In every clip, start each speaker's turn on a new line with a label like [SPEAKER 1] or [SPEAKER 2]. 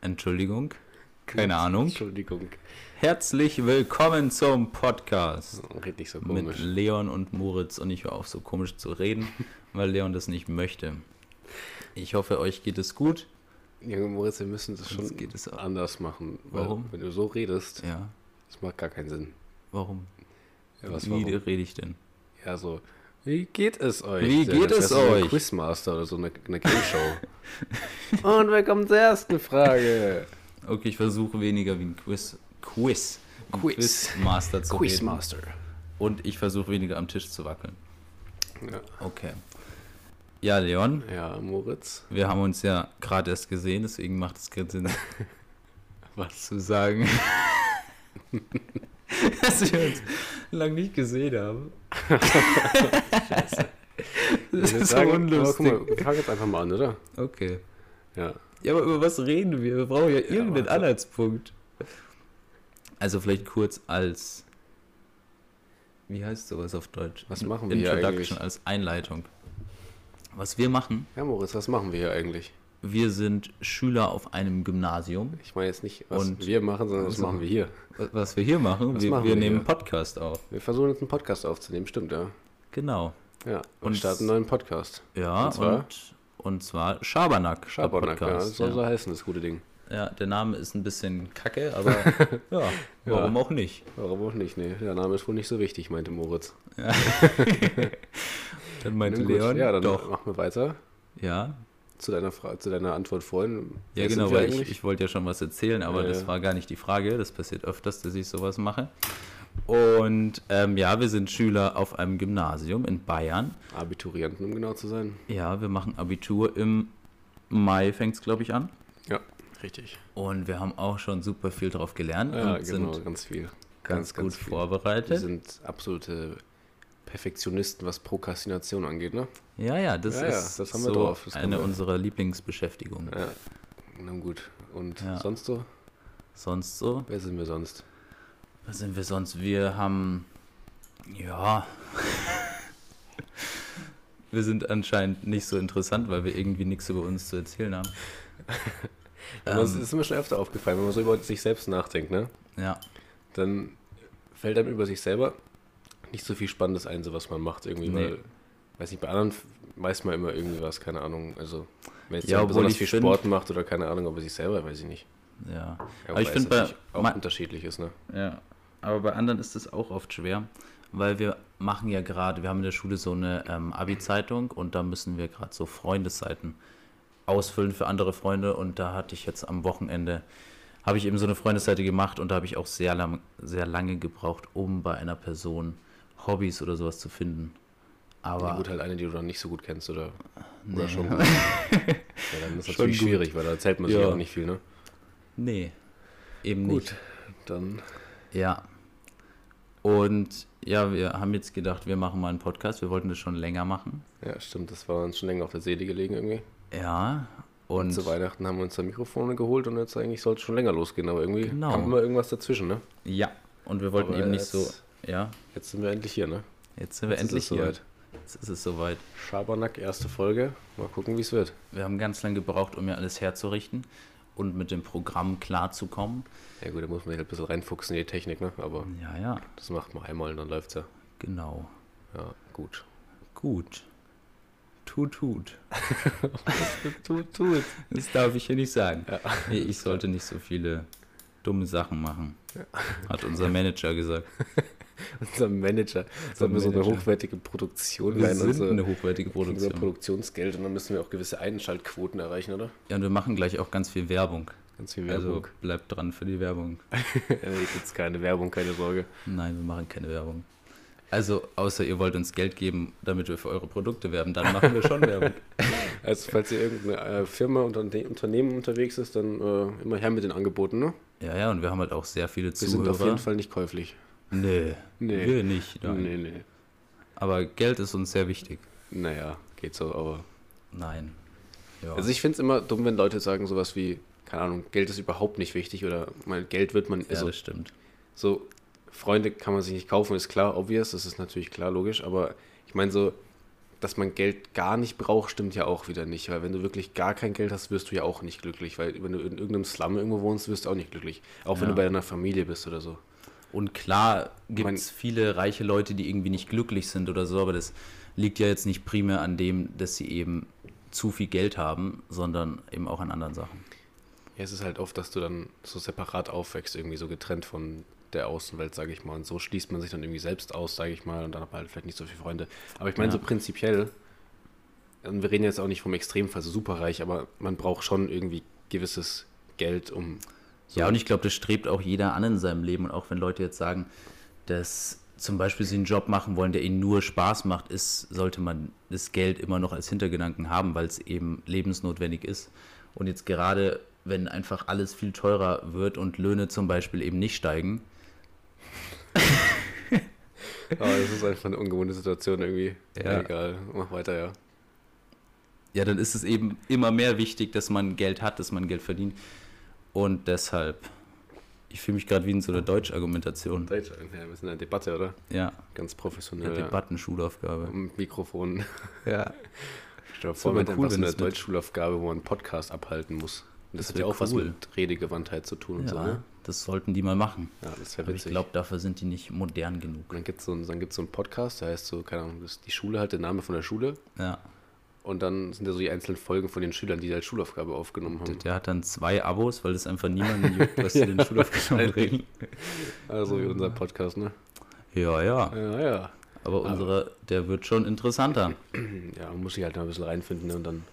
[SPEAKER 1] Entschuldigung. Keine Ahnung.
[SPEAKER 2] Entschuldigung.
[SPEAKER 1] Herzlich willkommen zum Podcast
[SPEAKER 2] Red nicht so
[SPEAKER 1] mit
[SPEAKER 2] komisch.
[SPEAKER 1] Leon und Moritz. Und ich höre auf, so komisch zu reden, weil Leon das nicht möchte. Ich hoffe, euch geht es gut.
[SPEAKER 2] Junge Moritz, wir müssen das
[SPEAKER 1] Sonst
[SPEAKER 2] schon
[SPEAKER 1] geht es ab.
[SPEAKER 2] anders machen. Weil
[SPEAKER 1] Warum?
[SPEAKER 2] Wenn du so redest,
[SPEAKER 1] Ja,
[SPEAKER 2] das macht gar keinen Sinn.
[SPEAKER 1] warum?
[SPEAKER 2] Ja, was
[SPEAKER 1] Wie
[SPEAKER 2] warum?
[SPEAKER 1] rede ich denn?
[SPEAKER 2] Ja, so. Wie geht es euch?
[SPEAKER 1] Wie
[SPEAKER 2] Ja,
[SPEAKER 1] geht
[SPEAKER 2] das
[SPEAKER 1] es
[SPEAKER 2] wär so
[SPEAKER 1] euch?
[SPEAKER 2] Ein Quizmaster oder so eine, eine Game Show. Und wir kommen zur ersten Frage.
[SPEAKER 1] Okay, ich versuche weniger wie ein Quiz. Quiz. ein
[SPEAKER 2] Quiz.
[SPEAKER 1] Quizmaster zu reden.
[SPEAKER 2] Quizmaster.
[SPEAKER 1] Und ich versuche weniger am Tisch zu wackeln.
[SPEAKER 2] Ja.
[SPEAKER 1] Okay. Ja, Leon,
[SPEAKER 2] ja, Moritz.
[SPEAKER 1] wir haben uns ja gerade erst gesehen, deswegen macht es keinen Sinn
[SPEAKER 2] Was?
[SPEAKER 1] zu sagen, dass wir uns lange nicht gesehen haben. das ist so unlustig.
[SPEAKER 2] Aber guck mal, wir fangen jetzt einfach mal an, oder?
[SPEAKER 1] Okay.
[SPEAKER 2] Ja.
[SPEAKER 1] Ja, aber über was reden wir? Wir brauchen ja irgendeinen
[SPEAKER 2] warte.
[SPEAKER 1] Anhaltspunkt. Also vielleicht kurz als. Wie heißt sowas auf Deutsch?
[SPEAKER 2] Was machen wir hier
[SPEAKER 1] Introduction
[SPEAKER 2] eigentlich?
[SPEAKER 1] als Einleitung. Was wir machen,
[SPEAKER 2] Ja, Moritz, was machen wir hier eigentlich?
[SPEAKER 1] wir sind Schüler auf einem Gymnasium.
[SPEAKER 2] Ich meine jetzt nicht, was
[SPEAKER 1] Und-
[SPEAKER 2] wir machen, sondern was
[SPEAKER 1] Also-
[SPEAKER 2] machen wir hier?
[SPEAKER 1] Was- Was wir hier machen,
[SPEAKER 2] Was
[SPEAKER 1] wir,
[SPEAKER 2] machen
[SPEAKER 1] wir
[SPEAKER 2] wir
[SPEAKER 1] nehmen
[SPEAKER 2] hier?
[SPEAKER 1] Podcast auf.
[SPEAKER 2] Wir versuchen jetzt einen Podcast aufzunehmen, stimmt, ja.
[SPEAKER 1] Genau.
[SPEAKER 2] Ja, und
[SPEAKER 1] Und-
[SPEAKER 2] starten einen neuen Podcast.
[SPEAKER 1] Ja,
[SPEAKER 2] Und
[SPEAKER 1] und
[SPEAKER 2] zwar?
[SPEAKER 1] zwar, und, zwar Schabernack.
[SPEAKER 2] Schabernack, ja. Das
[SPEAKER 1] Podcast,
[SPEAKER 2] soll
[SPEAKER 1] ja.
[SPEAKER 2] so heißen, das gute Ding.
[SPEAKER 1] ja, der Name ist ein bisschen kacke, aber ja, warum auch nicht?
[SPEAKER 2] Warum auch nicht, nee. Der Name ist wohl nicht so wichtig, meinte Moritz.
[SPEAKER 1] Dann meinte
[SPEAKER 2] Nun gut,
[SPEAKER 1] Leon,
[SPEAKER 2] ja, dann
[SPEAKER 1] doch.
[SPEAKER 2] machen wir weiter
[SPEAKER 1] Ja,
[SPEAKER 2] zu deiner, Fra zu deiner Antwort vorhin.
[SPEAKER 1] Ja,
[SPEAKER 2] Wer sind
[SPEAKER 1] genau,
[SPEAKER 2] wir
[SPEAKER 1] weil ich,
[SPEAKER 2] eigentlich?
[SPEAKER 1] ich wollte ja schon was erzählen, aber
[SPEAKER 2] Ja,
[SPEAKER 1] das
[SPEAKER 2] ja.
[SPEAKER 1] war gar nicht die Frage. Das passiert öfters, dass ich sowas mache. Und ähm, ja, wir sind Schüler auf einem Gymnasium in Bayern.
[SPEAKER 2] Abiturienten, um genau zu sein.
[SPEAKER 1] Ja, wir machen Abitur im Mai, fängt es, glaube ich, an.
[SPEAKER 2] Ja, richtig.
[SPEAKER 1] Und wir haben auch schon super viel drauf gelernt
[SPEAKER 2] Ja,
[SPEAKER 1] und
[SPEAKER 2] genau,
[SPEAKER 1] sind
[SPEAKER 2] ganz viel.
[SPEAKER 1] ganz, gut
[SPEAKER 2] viel. Wir
[SPEAKER 1] vorbereitet.
[SPEAKER 2] sind absolute Perfektionisten, was Prokrastination angeht, ne?
[SPEAKER 1] Ja, ja, das
[SPEAKER 2] Ja, ja,
[SPEAKER 1] ist
[SPEAKER 2] das haben wir
[SPEAKER 1] so
[SPEAKER 2] drauf, das
[SPEAKER 1] eine
[SPEAKER 2] können wir.
[SPEAKER 1] unserer Lieblingsbeschäftigungen.
[SPEAKER 2] Ja. Na gut. Und
[SPEAKER 1] Ja.
[SPEAKER 2] sonst so?
[SPEAKER 1] Sonst so,
[SPEAKER 2] Wer sind wir sonst?
[SPEAKER 1] was sind wir sonst? Wir haben, ja, wir sind anscheinend nicht so interessant, weil wir irgendwie nichts über uns zu erzählen haben. Ähm,
[SPEAKER 2] Aber es ist mir schon öfter aufgefallen, wenn man so über sich selbst nachdenkt, ne?
[SPEAKER 1] Ja,
[SPEAKER 2] Dann fällt einem über sich selber nicht so viel Spannendes ein, so was man macht irgendwie,
[SPEAKER 1] Nee.
[SPEAKER 2] weil, weiß nicht, bei anderen f- weiß man immer irgendwie was, keine Ahnung. Also, wenn jetzt
[SPEAKER 1] Ja,
[SPEAKER 2] jemand
[SPEAKER 1] obwohl
[SPEAKER 2] besonders
[SPEAKER 1] ich
[SPEAKER 2] viel
[SPEAKER 1] find-
[SPEAKER 2] Sport macht oder keine Ahnung, aber sich selber, weiß ich nicht.
[SPEAKER 1] ja.
[SPEAKER 2] Ja,
[SPEAKER 1] aber ich
[SPEAKER 2] wobei
[SPEAKER 1] finde
[SPEAKER 2] es
[SPEAKER 1] bei,
[SPEAKER 2] natürlich auch
[SPEAKER 1] ma-
[SPEAKER 2] unterschiedlich ist, ne?
[SPEAKER 1] ja, aber bei anderen ist es auch oft schwer, weil wir machen ja gerade, wir haben in der Schule so eine ähm, Abi-Zeitung und da müssen wir gerade so Freundesseiten ausfüllen für andere Freunde und da hatte ich jetzt am Wochenende habe ich eben so eine Freundesseite gemacht und da habe ich auch sehr, lang, sehr lange gebraucht, um bei einer Person Hobbys oder sowas zu finden.
[SPEAKER 2] Ja,
[SPEAKER 1] Aber
[SPEAKER 2] gut, halt eine, die du dann nicht so gut kennst oder, oder
[SPEAKER 1] Nee.
[SPEAKER 2] schon gut. ja, dann ist
[SPEAKER 1] Schon
[SPEAKER 2] natürlich
[SPEAKER 1] gut.
[SPEAKER 2] schwierig, weil da erzählt man sich
[SPEAKER 1] Ja.
[SPEAKER 2] auch nicht viel, ne?
[SPEAKER 1] nee, eben
[SPEAKER 2] Gut,
[SPEAKER 1] nicht.
[SPEAKER 2] dann
[SPEAKER 1] Ja. Und ja, wir haben jetzt gedacht, wir machen mal einen Podcast. Wir wollten das schon länger machen.
[SPEAKER 2] Ja, stimmt, das war uns schon länger auf der Seele gelegen irgendwie.
[SPEAKER 1] Ja. Und
[SPEAKER 2] Zu Weihnachten haben wir uns da Mikrofone geholt und jetzt eigentlich sollte es schon länger losgehen, aber irgendwie
[SPEAKER 1] Genau.
[SPEAKER 2] kam immer irgendwas dazwischen, ne?
[SPEAKER 1] ja. Und wir wollten
[SPEAKER 2] Aber
[SPEAKER 1] eben nicht so.
[SPEAKER 2] jetzt-
[SPEAKER 1] Ja.
[SPEAKER 2] Jetzt sind wir endlich hier, ne?
[SPEAKER 1] Jetzt sind wir
[SPEAKER 2] Jetzt ist
[SPEAKER 1] endlich
[SPEAKER 2] es
[SPEAKER 1] hier.
[SPEAKER 2] soweit.
[SPEAKER 1] Jetzt ist es soweit.
[SPEAKER 2] Schabernack, erste Folge. Mal gucken, wie es wird.
[SPEAKER 1] Wir haben ganz lange gebraucht, um ja alles herzurichten und mit dem Programm klarzukommen.
[SPEAKER 2] Ja gut, da muss man sich halt ein bisschen reinfuchsen in die Technik, ne? Aber
[SPEAKER 1] Ja, ja.
[SPEAKER 2] das macht man einmal und dann läuft's ja.
[SPEAKER 1] Genau.
[SPEAKER 2] Ja, gut.
[SPEAKER 1] Gut. Tut, tut.
[SPEAKER 2] Tut, tut.
[SPEAKER 1] Das darf ich hier nicht sagen. Nee, ich sollte nicht so viele dumme Sachen machen. Hat unser Manager gesagt.
[SPEAKER 2] Unser Manager. Jetzt haben wir so eine
[SPEAKER 1] Manager.
[SPEAKER 2] hochwertige Produktion
[SPEAKER 1] Wir
[SPEAKER 2] rein. und
[SPEAKER 1] sind
[SPEAKER 2] so-
[SPEAKER 1] eine hochwertige
[SPEAKER 2] kriegen so
[SPEAKER 1] Produktion.
[SPEAKER 2] Produktionsgeld und dann müssen wir auch gewisse Einschaltquoten erreichen, oder?
[SPEAKER 1] Ja, und wir machen gleich auch ganz viel Werbung.
[SPEAKER 2] Ganz viel
[SPEAKER 1] Also
[SPEAKER 2] Werbung.
[SPEAKER 1] bleibt dran für die Werbung.
[SPEAKER 2] Also, gibt's keine Werbung, keine Sorge.
[SPEAKER 1] Nein, wir machen keine Werbung. Also, außer ihr wollt uns Geld geben, damit wir für eure Produkte werben, dann machen wir schon Werbung.
[SPEAKER 2] Also falls ihr irgendeine äh, Firma oder ein Unternehmen unterwegs ist, dann äh, immer her mit den Angeboten, ne?
[SPEAKER 1] Ja, ja, und wir haben halt auch sehr viele
[SPEAKER 2] Wir
[SPEAKER 1] Zuhörer.
[SPEAKER 2] sind auf jeden Fall nicht käuflich.
[SPEAKER 1] Nee,
[SPEAKER 2] Nee.
[SPEAKER 1] wir nicht. Nein.
[SPEAKER 2] Nee, nee.
[SPEAKER 1] Aber Geld ist uns sehr wichtig.
[SPEAKER 2] Naja, geht so, aber.
[SPEAKER 1] Nein. Ja.
[SPEAKER 2] Also ich finde es immer dumm, wenn Leute sagen sowas wie, keine Ahnung, Geld ist überhaupt nicht wichtig oder mein Geld wird man.
[SPEAKER 1] ja,
[SPEAKER 2] Also,
[SPEAKER 1] das stimmt.
[SPEAKER 2] so, Freunde kann man sich nicht kaufen, ist klar, obvious, das ist natürlich klar, logisch, aber ich meine so, dass man Geld gar nicht braucht, stimmt ja auch wieder nicht. Weil wenn du wirklich gar kein Geld hast, wirst du ja auch nicht glücklich. Weil wenn du in irgendeinem Slum irgendwo wohnst, wirst du auch nicht glücklich. Auch wenn
[SPEAKER 1] Ja.
[SPEAKER 2] du bei deiner Familie bist oder so.
[SPEAKER 1] Und klar gibt
[SPEAKER 2] Man-
[SPEAKER 1] es viele reiche Leute, die irgendwie nicht glücklich sind oder so, aber das liegt ja jetzt nicht primär an dem, dass sie eben zu viel Geld haben, sondern eben auch an anderen Sachen.
[SPEAKER 2] Ja, es ist halt oft, dass du dann so separat aufwächst, irgendwie so getrennt von der Außenwelt, sage ich mal. Und so schließt man sich dann irgendwie selbst aus, sage ich mal. Und dann hat man halt vielleicht nicht so viele Freunde. Aber ich meine,
[SPEAKER 1] Ja.
[SPEAKER 2] so prinzipiell, und wir reden jetzt auch nicht vom Extremfall, so superreich, aber man braucht schon irgendwie gewisses Geld, um. So.
[SPEAKER 1] Ja, und ich glaube, das strebt auch jeder an in seinem Leben. Und auch wenn Leute jetzt sagen, dass zum Beispiel sie einen Job machen wollen, der ihnen nur Spaß macht, ist, sollte man das Geld immer noch als Hintergedanken haben, weil es eben lebensnotwendig ist. Und jetzt gerade, wenn einfach alles viel teurer wird und Löhne zum Beispiel eben nicht steigen,
[SPEAKER 2] Aber Ah, es ist einfach eine ungewohnte Situation irgendwie.
[SPEAKER 1] Ja.
[SPEAKER 2] Egal, mach weiter, ja.
[SPEAKER 1] ja, dann ist es eben immer mehr wichtig, dass man Geld hat, dass man Geld verdient. Und deshalb, ich fühle mich gerade wie in so einer Deutschargumentation.
[SPEAKER 2] Deutschland, ja, wir sind in der Debatte, oder?
[SPEAKER 1] Ja,
[SPEAKER 2] Ganz
[SPEAKER 1] ja.
[SPEAKER 2] professionell. Ja,
[SPEAKER 1] Debattenschulaufgabe.
[SPEAKER 2] Mit Mikrofon.
[SPEAKER 1] Ja.
[SPEAKER 2] Ich
[SPEAKER 1] wär
[SPEAKER 2] glaube, vor mit
[SPEAKER 1] cool,
[SPEAKER 2] einfach so
[SPEAKER 1] wenn
[SPEAKER 2] einer
[SPEAKER 1] es mit-
[SPEAKER 2] Deutschschulaufgabe, wo man einen Podcast abhalten muss. Und das,
[SPEAKER 1] Das
[SPEAKER 2] hat ja
[SPEAKER 1] wär
[SPEAKER 2] auch was
[SPEAKER 1] cool.
[SPEAKER 2] mit Redegewandtheit zu tun und so,
[SPEAKER 1] Ja,
[SPEAKER 2] ne?
[SPEAKER 1] das sollten die mal machen.
[SPEAKER 2] Ja, das wäre
[SPEAKER 1] Aber ich
[SPEAKER 2] witzig.
[SPEAKER 1] glaube, dafür sind die nicht modern
[SPEAKER 2] und
[SPEAKER 1] genug.
[SPEAKER 2] dann gibt es so, einen- dann gibt's so einen Podcast, der heißt so, keine Ahnung, das ist die Schule halt, der Name von der Schule.
[SPEAKER 1] Ja.
[SPEAKER 2] Und dann sind da so die einzelnen Folgen von den Schülern, die halt Schulaufgabe aufgenommen haben.
[SPEAKER 1] Der hat dann zwei Abos, weil das einfach niemanden juckt, was die den Schulaufgaben regeln.
[SPEAKER 2] Also wie unser Podcast, ne?
[SPEAKER 1] Ja, ja.
[SPEAKER 2] Ja, ja.
[SPEAKER 1] Aber unsere, der wird schon interessanter.
[SPEAKER 2] Ja, man muss sich halt noch ein bisschen reinfinden ne? und dann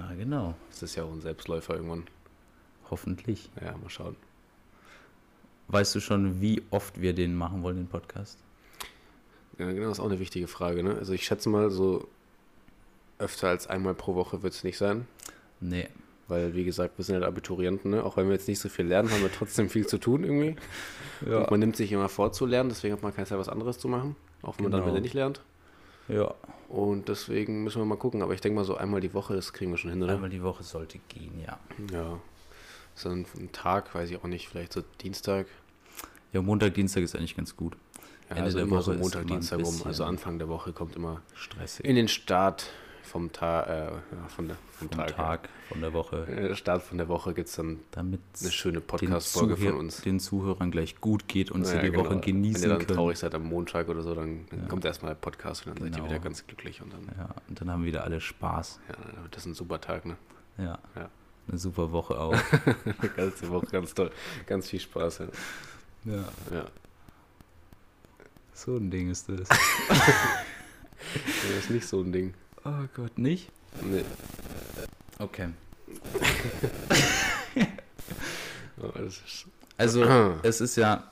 [SPEAKER 1] Ja, genau.
[SPEAKER 2] ist das ja auch ein Selbstläufer irgendwann.
[SPEAKER 1] Hoffentlich.
[SPEAKER 2] Ja, mal schauen.
[SPEAKER 1] Weißt du schon, wie oft wir den machen wollen, den Podcast?
[SPEAKER 2] Ja, genau, ist auch eine wichtige Frage, ne? Also ich schätze mal, so öfter als einmal pro Woche wird es nicht sein.
[SPEAKER 1] Nee.
[SPEAKER 2] Weil, wie gesagt, wir sind halt Abiturienten, ne? Auch wenn wir jetzt nicht so viel lernen, haben wir trotzdem viel zu tun irgendwie. Und man nimmt sich immer vor zu lernen, deswegen hat man keine Zeit, was anderes zu machen. Auch wenn man dann
[SPEAKER 1] Genau.
[SPEAKER 2] wieder nicht lernt.
[SPEAKER 1] Ja.
[SPEAKER 2] Und deswegen müssen wir mal gucken. Aber ich denke mal, so einmal die Woche, das kriegen wir schon hin, oder?
[SPEAKER 1] Einmal die Woche sollte gehen, ja.
[SPEAKER 2] Ja. So ein, ein Tag, weiß ich auch nicht, vielleicht so Dienstag.
[SPEAKER 1] Ja, Montag, Dienstag ist eigentlich ganz gut.
[SPEAKER 2] Ja,
[SPEAKER 1] Ende
[SPEAKER 2] also
[SPEAKER 1] der
[SPEAKER 2] immer
[SPEAKER 1] Woche
[SPEAKER 2] so
[SPEAKER 1] ist immer
[SPEAKER 2] Montag,
[SPEAKER 1] ein
[SPEAKER 2] Dienstag rum.
[SPEAKER 1] bisschen-
[SPEAKER 2] Also Anfang der Woche kommt immer
[SPEAKER 1] Stressig.
[SPEAKER 2] in den Start vom Tag, äh, ja, von der, vom,
[SPEAKER 1] Vom
[SPEAKER 2] Tag.
[SPEAKER 1] Tag, von der Woche.
[SPEAKER 2] Äh, Start von der Woche gibt es dann
[SPEAKER 1] Damit
[SPEAKER 2] eine schöne
[SPEAKER 1] den,
[SPEAKER 2] Podcast-Folge von
[SPEAKER 1] Zuhör
[SPEAKER 2] uns.
[SPEAKER 1] den Zuhörern gleich gut geht und sie
[SPEAKER 2] Ja,
[SPEAKER 1] die
[SPEAKER 2] genau.
[SPEAKER 1] Woche genießen
[SPEAKER 2] Wenn ihr dann
[SPEAKER 1] können.
[SPEAKER 2] traurig seid am Montag oder so, dann, dann kommt erstmal der Podcast und dann seid ihr
[SPEAKER 1] Genau.
[SPEAKER 2] wieder ganz glücklich und dann,
[SPEAKER 1] Ja, und dann haben wieder alle Spaß.
[SPEAKER 2] ja, dann wird das ein super Tag, ne?
[SPEAKER 1] Ja.
[SPEAKER 2] Ja.
[SPEAKER 1] Eine super Woche auch.
[SPEAKER 2] Die ganze Woche ganz toll, ganz viel Spaß, ja.
[SPEAKER 1] ja.
[SPEAKER 2] ja.
[SPEAKER 1] So ein Ding ist das.
[SPEAKER 2] Das ist nicht so ein Ding.
[SPEAKER 1] Oh Gott, nicht?
[SPEAKER 2] Nee,
[SPEAKER 1] Okay.
[SPEAKER 2] aber das ist,
[SPEAKER 1] Also, es ist ja.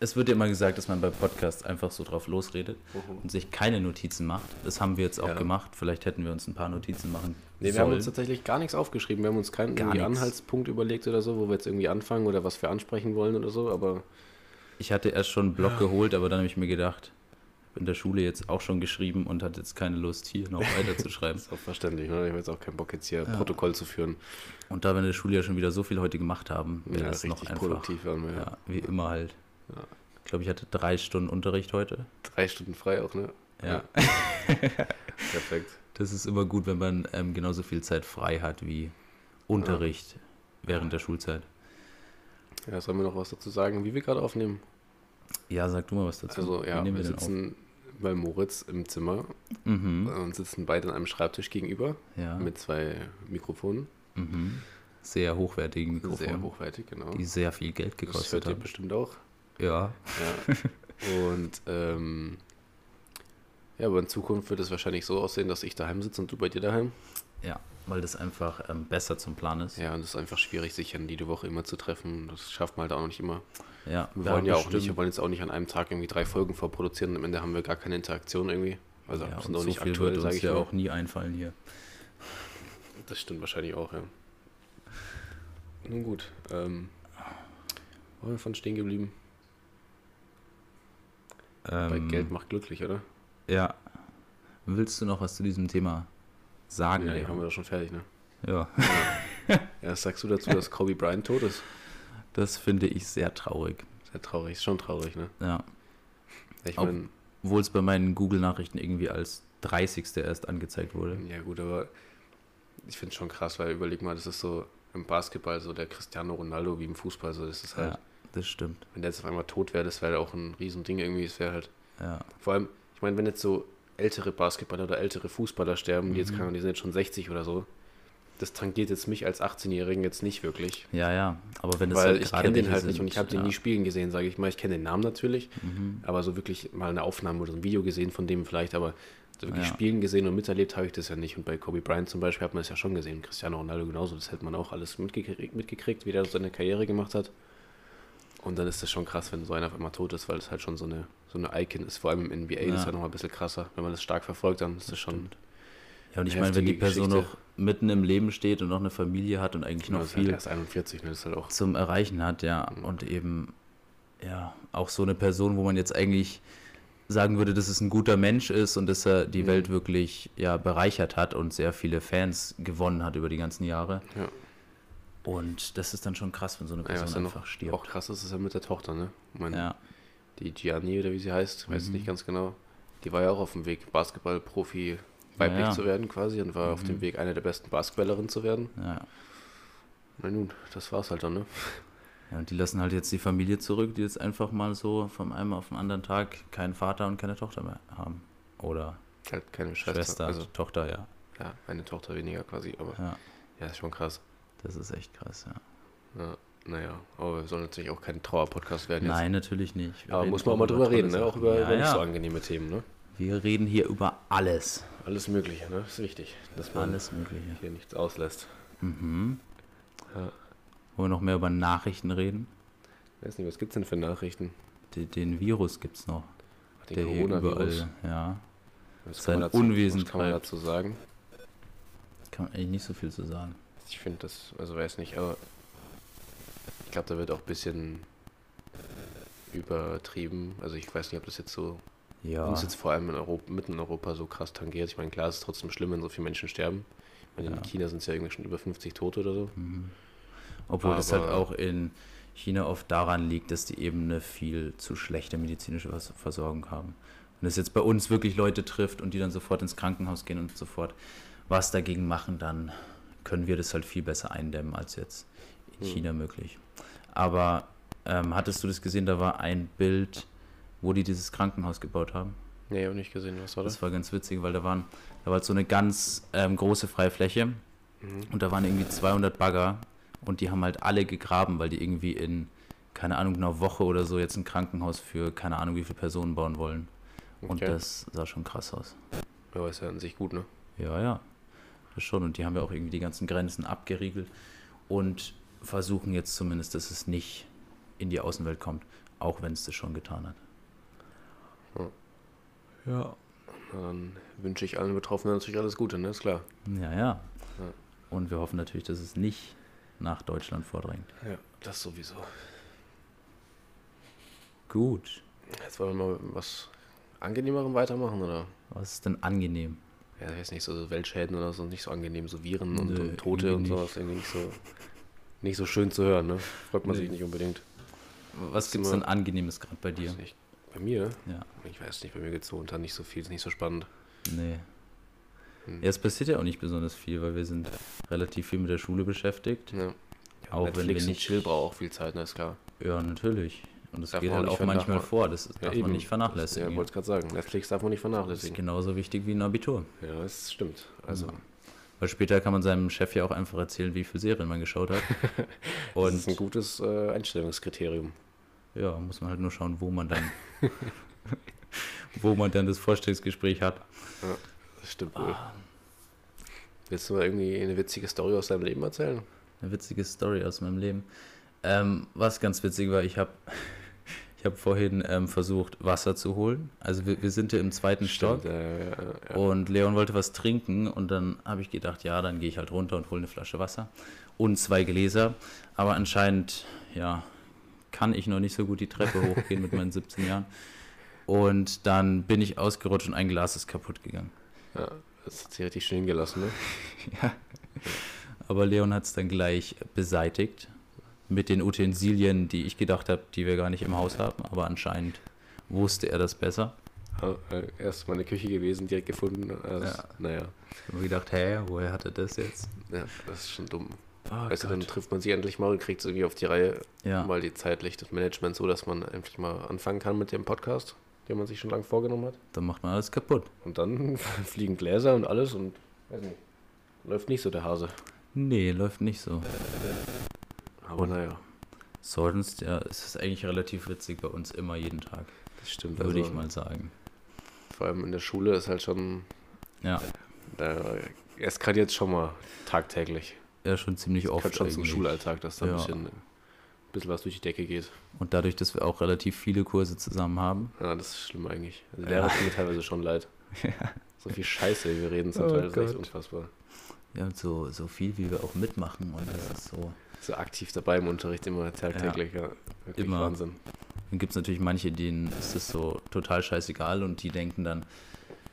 [SPEAKER 1] Es wird ja immer gesagt, dass man bei Podcasts einfach so drauf losredet und sich keine Notizen macht. Das haben wir jetzt auch
[SPEAKER 2] Ja.
[SPEAKER 1] gemacht. Vielleicht hätten wir uns ein paar Notizen machen
[SPEAKER 2] Nee, wir
[SPEAKER 1] sollen.
[SPEAKER 2] haben uns tatsächlich gar nichts aufgeschrieben. Wir haben uns keinen
[SPEAKER 1] Gar
[SPEAKER 2] irgendwie
[SPEAKER 1] nichts.
[SPEAKER 2] Anhaltspunkt überlegt oder so, wo wir jetzt irgendwie anfangen oder was wir ansprechen wollen oder so, aber
[SPEAKER 1] ich hatte erst schon einen Blog geholt, aber dann habe ich mir gedacht, ich hab in der Schule jetzt auch schon geschrieben und hatte jetzt keine Lust, hier noch weiterzuschreiben.
[SPEAKER 2] ist auch verständlich, ne? Ich habe jetzt auch keinen Bock, jetzt hier Protokoll zu führen.
[SPEAKER 1] Und da wir in der Schule ja schon wieder so viel heute gemacht haben, wäre
[SPEAKER 2] Ja,
[SPEAKER 1] das noch
[SPEAKER 2] richtig
[SPEAKER 1] einfach.
[SPEAKER 2] produktiv waren wir.
[SPEAKER 1] Ja, wie immer halt. Ich glaube, ich hatte drei Stunden Unterricht heute.
[SPEAKER 2] Drei Stunden frei auch, ne?
[SPEAKER 1] Ja.
[SPEAKER 2] Perfekt.
[SPEAKER 1] Das ist immer gut, wenn man ähm, genauso viel Zeit frei hat wie Unterricht während der Schulzeit.
[SPEAKER 2] Ja, sollen wir noch was dazu sagen, wie wir gerade aufnehmen?
[SPEAKER 1] Ja, sag du mal was dazu.
[SPEAKER 2] Also, ja,
[SPEAKER 1] Wie nehmen
[SPEAKER 2] wir
[SPEAKER 1] wir denn auf?
[SPEAKER 2] sitzen bei Moritz im Zimmer
[SPEAKER 1] Mhm. Ah.
[SPEAKER 2] und sitzen beide an einem Schreibtisch gegenüber
[SPEAKER 1] Ja.
[SPEAKER 2] mit zwei Mikrofonen.
[SPEAKER 1] mhm. Sehr hochwertigen Mikrofon,
[SPEAKER 2] Sehr hochwertig, genau.
[SPEAKER 1] die sehr viel Geld
[SPEAKER 2] Das
[SPEAKER 1] gekostet ne?
[SPEAKER 2] hört ihr
[SPEAKER 1] haben.
[SPEAKER 2] bestimmt auch.
[SPEAKER 1] Ja.
[SPEAKER 2] Ja. Und ähm, ja, aber in Zukunft wird es wahrscheinlich so aussehen, dass ich daheim sitze und du bei dir daheim.
[SPEAKER 1] ja, weil das einfach ähm, besser zum Plan ist.
[SPEAKER 2] Ja, und es ist einfach schwierig, sich an jede Woche immer zu treffen. Das schafft man halt auch noch nicht immer.
[SPEAKER 1] Ja,
[SPEAKER 2] Wir
[SPEAKER 1] wir
[SPEAKER 2] wollen ja
[SPEAKER 1] haben
[SPEAKER 2] auch nicht, wir
[SPEAKER 1] bestimmt-
[SPEAKER 2] wollen jetzt auch nicht an einem Tag irgendwie drei Folgen vorproduzieren und am Ende haben wir gar keine Interaktion irgendwie. Also
[SPEAKER 1] Ja, und
[SPEAKER 2] sind
[SPEAKER 1] so
[SPEAKER 2] auch nicht
[SPEAKER 1] viel
[SPEAKER 2] aktuell,
[SPEAKER 1] wird
[SPEAKER 2] sage
[SPEAKER 1] uns
[SPEAKER 2] ich
[SPEAKER 1] ja
[SPEAKER 2] mal.
[SPEAKER 1] auch nie einfallen hier.
[SPEAKER 2] Das stimmt wahrscheinlich auch, ja. Nun gut, ähm, wo waren wir von stehen geblieben? Bei
[SPEAKER 1] Ähm,
[SPEAKER 2] Geld macht glücklich, oder?
[SPEAKER 1] Ja. Willst du noch was zu diesem Thema sagen?
[SPEAKER 2] Ja, die
[SPEAKER 1] Leon?
[SPEAKER 2] haben wir doch schon fertig, ne?
[SPEAKER 1] ja.
[SPEAKER 2] Ja, was sagst du dazu, dass Kobe Bryant tot ist?
[SPEAKER 1] Das finde ich sehr traurig.
[SPEAKER 2] Sehr traurig, ist schon traurig, ne?
[SPEAKER 1] Ja.
[SPEAKER 2] Ich
[SPEAKER 1] Ob-
[SPEAKER 2] meine,
[SPEAKER 1] obwohl es bei meinen Google-Nachrichten irgendwie als 30. erst angezeigt wurde.
[SPEAKER 2] Ja, gut, aber ich finde es schon krass, weil überleg mal, das ist so im Basketball so der Cristiano Ronaldo wie im Fußball, so das ist halt,
[SPEAKER 1] Ja, das stimmt.
[SPEAKER 2] wenn der jetzt auf einmal tot wäre, das wäre halt auch ein Riesending irgendwie, es wäre halt,
[SPEAKER 1] Ja.
[SPEAKER 2] vor allem, ich meine, wenn jetzt so ältere Basketballer oder ältere Fußballer sterben, die jetzt keine Ahnung, die sind jetzt schon 60 oder so, das tangiert jetzt mich als 18-Jährigen jetzt nicht wirklich.
[SPEAKER 1] Ja, ja, aber wenn es
[SPEAKER 2] Weil
[SPEAKER 1] halt
[SPEAKER 2] ich
[SPEAKER 1] gerade
[SPEAKER 2] kenne den
[SPEAKER 1] welche
[SPEAKER 2] halt nicht
[SPEAKER 1] sind,
[SPEAKER 2] und ich habe den
[SPEAKER 1] ja. Mhm.
[SPEAKER 2] nie spielen gesehen, sage ich mal. Ich kenne den Namen natürlich, aber so wirklich mal eine Aufnahme oder so ein Video gesehen von dem vielleicht, aber so wirklich
[SPEAKER 1] Ja.
[SPEAKER 2] spielen gesehen und miterlebt habe ich das ja nicht. Und bei Kobe Bryant zum Beispiel hat man es ja schon gesehen, Cristiano Ronaldo genauso, das hätte man auch alles mitgekriegt, mitgekriegt wie der seine Karriere gemacht hat. Und dann ist das schon krass, wenn so einer auf einmal tot ist, weil das halt schon so eine, so eine Icon ist, vor allem im NBA, das
[SPEAKER 1] Ja.
[SPEAKER 2] ist ja nochmal ein bisschen krasser. Wenn man das stark verfolgt, dann ist das schon
[SPEAKER 1] Ja, und ich
[SPEAKER 2] eine
[SPEAKER 1] meine, wenn die
[SPEAKER 2] heftige
[SPEAKER 1] Person
[SPEAKER 2] Geschichte.
[SPEAKER 1] noch mitten im Leben steht und noch eine Familie hat und eigentlich
[SPEAKER 2] Ja,
[SPEAKER 1] noch
[SPEAKER 2] das ist halt
[SPEAKER 1] viel
[SPEAKER 2] erst 41, ne? das ist halt auch
[SPEAKER 1] zum Erreichen hat, ja,
[SPEAKER 2] Mhm.
[SPEAKER 1] und eben, ja, auch so eine Person, wo man jetzt eigentlich sagen würde, dass es ein guter Mensch ist und dass er die
[SPEAKER 2] Mhm.
[SPEAKER 1] Welt wirklich, ja, bereichert hat und sehr viele Fans gewonnen hat über die ganzen Jahre.
[SPEAKER 2] Ja.
[SPEAKER 1] Und das ist dann schon krass, wenn so eine
[SPEAKER 2] Ja,
[SPEAKER 1] Person
[SPEAKER 2] was dann
[SPEAKER 1] einfach
[SPEAKER 2] noch,
[SPEAKER 1] stirbt.
[SPEAKER 2] auch krass ist, ist ja mit der Tochter, ne? Ich meine,
[SPEAKER 1] Ja,
[SPEAKER 2] die Gianni oder wie sie heißt, weiß
[SPEAKER 1] Mhm.
[SPEAKER 2] nicht ganz genau. Die war ja auch auf dem Weg, Basketballprofi weiblich
[SPEAKER 1] Ja, Mhm. ja.
[SPEAKER 2] zu werden quasi und war auf dem Weg, eine der besten Basketballerinnen zu werden.
[SPEAKER 1] ja.
[SPEAKER 2] Na nun, das war's halt dann, ne?
[SPEAKER 1] Ja, und die lassen halt jetzt die Familie zurück, die jetzt einfach mal so vom einen auf den anderen Tag keinen Vater und keine Tochter mehr haben. Oder
[SPEAKER 2] Halt keine Schwester.
[SPEAKER 1] Schwester,
[SPEAKER 2] Also,
[SPEAKER 1] Tochter, ja.
[SPEAKER 2] ja, eine Tochter weniger quasi, aber ja,
[SPEAKER 1] Ja,
[SPEAKER 2] ist schon krass.
[SPEAKER 1] das ist echt krass, ja.
[SPEAKER 2] Ja, naja, aber wir sollen natürlich auch kein Trauerpodcast werden
[SPEAKER 1] Nein, natürlich nicht.
[SPEAKER 2] jetzt.
[SPEAKER 1] Wir
[SPEAKER 2] Aber
[SPEAKER 1] reden
[SPEAKER 2] muss man auch
[SPEAKER 1] über
[SPEAKER 2] mal drüber
[SPEAKER 1] tolle
[SPEAKER 2] reden, ne? Auch
[SPEAKER 1] Sachen.
[SPEAKER 2] über,
[SPEAKER 1] ja,
[SPEAKER 2] über nicht
[SPEAKER 1] ja.
[SPEAKER 2] so angenehme Themen, ne?
[SPEAKER 1] Wir reden hier über alles.
[SPEAKER 2] Alles Mögliche, ne? Ist wichtig, dass man
[SPEAKER 1] Alles Mögliche. Mhm.
[SPEAKER 2] hier nichts auslässt. Ja.
[SPEAKER 1] Wollen wir noch mehr über Nachrichten reden?
[SPEAKER 2] Weiß nicht, was gibt's denn für Nachrichten?
[SPEAKER 1] Den, den Virus gibt's noch.
[SPEAKER 2] Ach, Den
[SPEAKER 1] der hier
[SPEAKER 2] Coronavirus.
[SPEAKER 1] überall, ja.
[SPEAKER 2] Was
[SPEAKER 1] sein
[SPEAKER 2] kann man dazu-
[SPEAKER 1] Unwesen
[SPEAKER 2] Was kann man
[SPEAKER 1] treibt.
[SPEAKER 2] dazu sagen?
[SPEAKER 1] Kann man eigentlich nicht so viel zu sagen.
[SPEAKER 2] Ich finde das, also weiß nicht, aber ich glaube, da wird auch ein bisschen äh, übertrieben. Also ich weiß nicht, ob das jetzt so
[SPEAKER 1] Ja.
[SPEAKER 2] uns jetzt vor allem in Europa, mitten in Europa so krass tangiert. Ich meine, klar, es ist trotzdem schlimm, wenn so viele Menschen sterben. Ich meine,
[SPEAKER 1] Ja. Hm.
[SPEAKER 2] in China sind es ja irgendwie schon über 50 Tote oder so.
[SPEAKER 1] Obwohl das halt
[SPEAKER 2] Aber-
[SPEAKER 1] auch in China oft daran liegt, dass die eben eine viel zu schlechte medizinische Vers- Versorgung haben. Wenn es jetzt bei uns wirklich Leute trifft und die dann sofort ins Krankenhaus gehen und sofort was dagegen machen, dann können wir das halt viel besser eindämmen als jetzt in China möglich. Aber ähm, hattest du das gesehen? Da war ein Bild, wo die dieses Krankenhaus gebaut haben.
[SPEAKER 2] Nee, ich habe nicht gesehen, was war das?
[SPEAKER 1] Das war ganz witzig, weil da waren, da war halt so eine ganz ähm, große freie Fläche und da waren irgendwie 200 Bagger und die haben halt alle gegraben, weil die irgendwie in, keine Ahnung, einer Woche oder so jetzt ein Krankenhaus für keine Ahnung wie viele Personen bauen wollen. Und
[SPEAKER 2] Okay.
[SPEAKER 1] das sah schon krass aus.
[SPEAKER 2] Aber ist ja an sich gut, ne?
[SPEAKER 1] Ja, ja, das schon. Und die haben ja auch irgendwie die ganzen Grenzen abgeriegelt und versuchen jetzt zumindest, dass es nicht in die Außenwelt kommt, auch wenn es das schon getan hat. Ja.
[SPEAKER 2] Na, Dann wünsche ich allen Betroffenen natürlich alles Gute, ne? Ist klar.
[SPEAKER 1] Ja, ja.
[SPEAKER 2] Ja.
[SPEAKER 1] Und wir hoffen natürlich, dass es nicht nach Deutschland vordringt.
[SPEAKER 2] Ja, das sowieso.
[SPEAKER 1] Gut.
[SPEAKER 2] Jetzt wollen wir mal mit was angenehmerem weitermachen, oder?
[SPEAKER 1] Was ist denn angenehm?
[SPEAKER 2] Ja, das ist nicht so so Weltschäden oder so, nicht so angenehm, so Viren und,
[SPEAKER 1] Nö,
[SPEAKER 2] und Tote
[SPEAKER 1] irgendwie
[SPEAKER 2] und
[SPEAKER 1] nicht.
[SPEAKER 2] sowas, irgendwie nicht so, nicht so schön zu hören, ne? Freut man
[SPEAKER 1] Nee.
[SPEAKER 2] sich nicht unbedingt.
[SPEAKER 1] Was gibt es denn Angenehmes gerade bei dir?
[SPEAKER 2] Weiß nicht. Bei mir?
[SPEAKER 1] Ja,
[SPEAKER 2] Ich weiß nicht, bei mir geht's so unter nicht so viel, ist nicht so spannend.
[SPEAKER 1] nee.
[SPEAKER 2] Hm.
[SPEAKER 1] Ja, es passiert ja auch nicht besonders viel, weil wir sind relativ viel mit der Schule beschäftigt.
[SPEAKER 2] Ja.
[SPEAKER 1] Auch wenn wir
[SPEAKER 2] und
[SPEAKER 1] nicht-
[SPEAKER 2] Chill braucht auch viel Zeit, ne, ist klar.
[SPEAKER 1] Ja, natürlich. Und das
[SPEAKER 2] Darf
[SPEAKER 1] geht
[SPEAKER 2] man
[SPEAKER 1] halt
[SPEAKER 2] auch
[SPEAKER 1] auch
[SPEAKER 2] nicht
[SPEAKER 1] manchmal
[SPEAKER 2] vernachlässigen.
[SPEAKER 1] vor. Das darf man
[SPEAKER 2] eben.
[SPEAKER 1] nicht
[SPEAKER 2] Ja,
[SPEAKER 1] vernachlässigen.
[SPEAKER 2] wollte gerade sagen, Netflix darf man nicht
[SPEAKER 1] das ist
[SPEAKER 2] vernachlässigen.
[SPEAKER 1] genauso wichtig wie ein Abitur.
[SPEAKER 2] Ja, das stimmt. Also,
[SPEAKER 1] Weil später kann man seinem Chef ja auch einfach erzählen, wie viel Serien man geschaut hat.
[SPEAKER 2] das ist ein
[SPEAKER 1] Und
[SPEAKER 2] gutes äh, Einstellungskriterium.
[SPEAKER 1] Ja, muss man halt nur schauen, wo man dann, wo man dann das Vorstellungsgespräch hat.
[SPEAKER 2] Das stimmt wohl.
[SPEAKER 1] Ah.
[SPEAKER 2] Willst du mal irgendwie eine witzige Story aus deinem Leben erzählen?
[SPEAKER 1] Eine witzige Story aus meinem Leben. Ähm, was ganz witzig war, ich habe ich hab vorhin ähm, versucht, Wasser zu holen. Also wir, wir sind hier im zweiten Stock
[SPEAKER 2] Stimmt, äh, ja, ja.
[SPEAKER 1] und Leon wollte was trinken und dann habe ich gedacht, ja, dann gehe ich halt runter und hole eine Flasche Wasser und zwei Gläser. Aber anscheinend, ja, kann ich noch nicht so gut die Treppe hochgehen mit meinen 17 Jahren. Und dann bin ich ausgerutscht und ein Glas ist kaputt gegangen.
[SPEAKER 2] Ja, das hat sie richtig stehen gelassen, ne?
[SPEAKER 1] Aber Leon hat es dann gleich beseitigt mit den Utensilien, die ich gedacht habe, die wir gar nicht im Haus haben. Aber anscheinend wusste er das besser.
[SPEAKER 2] ah, äh, erst mal in der Küche gewesen, direkt gefunden. Also,
[SPEAKER 1] Ja.
[SPEAKER 2] Naja,
[SPEAKER 1] Ich habe mir gedacht, hä, woher hat er das jetzt?
[SPEAKER 2] ja, das ist schon dumm.
[SPEAKER 1] Oh
[SPEAKER 2] weißt du, dann
[SPEAKER 1] Gott.
[SPEAKER 2] trifft man sich endlich mal und kriegt es irgendwie auf die Reihe,
[SPEAKER 1] ja.
[SPEAKER 2] mal die zeitlich das Management so, dass man endlich mal anfangen kann mit dem Podcast, den man sich schon lange vorgenommen hat.
[SPEAKER 1] Dann macht man alles kaputt.
[SPEAKER 2] Und dann fliegen Gläser und alles und weiß nicht, läuft nicht so der Hase.
[SPEAKER 1] Nee, läuft nicht so.
[SPEAKER 2] Aber naja,
[SPEAKER 1] Sonst, ja, es ist eigentlich relativ witzig bei uns immer jeden Tag,
[SPEAKER 2] das stimmt.
[SPEAKER 1] würde
[SPEAKER 2] also,
[SPEAKER 1] ich mal sagen.
[SPEAKER 2] Vor allem in der Schule ist halt schon,
[SPEAKER 1] Ja,
[SPEAKER 2] da, es kann jetzt schon mal tagtäglich.
[SPEAKER 1] ja schon ziemlich
[SPEAKER 2] Ich
[SPEAKER 1] oft.
[SPEAKER 2] schon zum
[SPEAKER 1] eigentlich.
[SPEAKER 2] Schulalltag, dass da ein,
[SPEAKER 1] Ja.
[SPEAKER 2] bisschen, ein bisschen was durch die Decke geht.
[SPEAKER 1] Und dadurch, dass wir auch relativ viele Kurse zusammen haben.
[SPEAKER 2] Ja, das ist schlimm eigentlich. Also
[SPEAKER 1] Ja.
[SPEAKER 2] Lehrer tun mir teilweise schon leid. So viel Scheiße, wir reden zum
[SPEAKER 1] Oh
[SPEAKER 2] Teil, das ist echt
[SPEAKER 1] Gott.
[SPEAKER 2] unfassbar.
[SPEAKER 1] Ja, und so, so viel, wie wir auch mitmachen. Und das ist so.
[SPEAKER 2] So aktiv dabei im Unterricht, immer tagtäglich, ja. Wirklich
[SPEAKER 1] Immer.
[SPEAKER 2] Wahnsinn.
[SPEAKER 1] Dann gibt es natürlich manche, denen ist es so total scheißegal und die denken dann,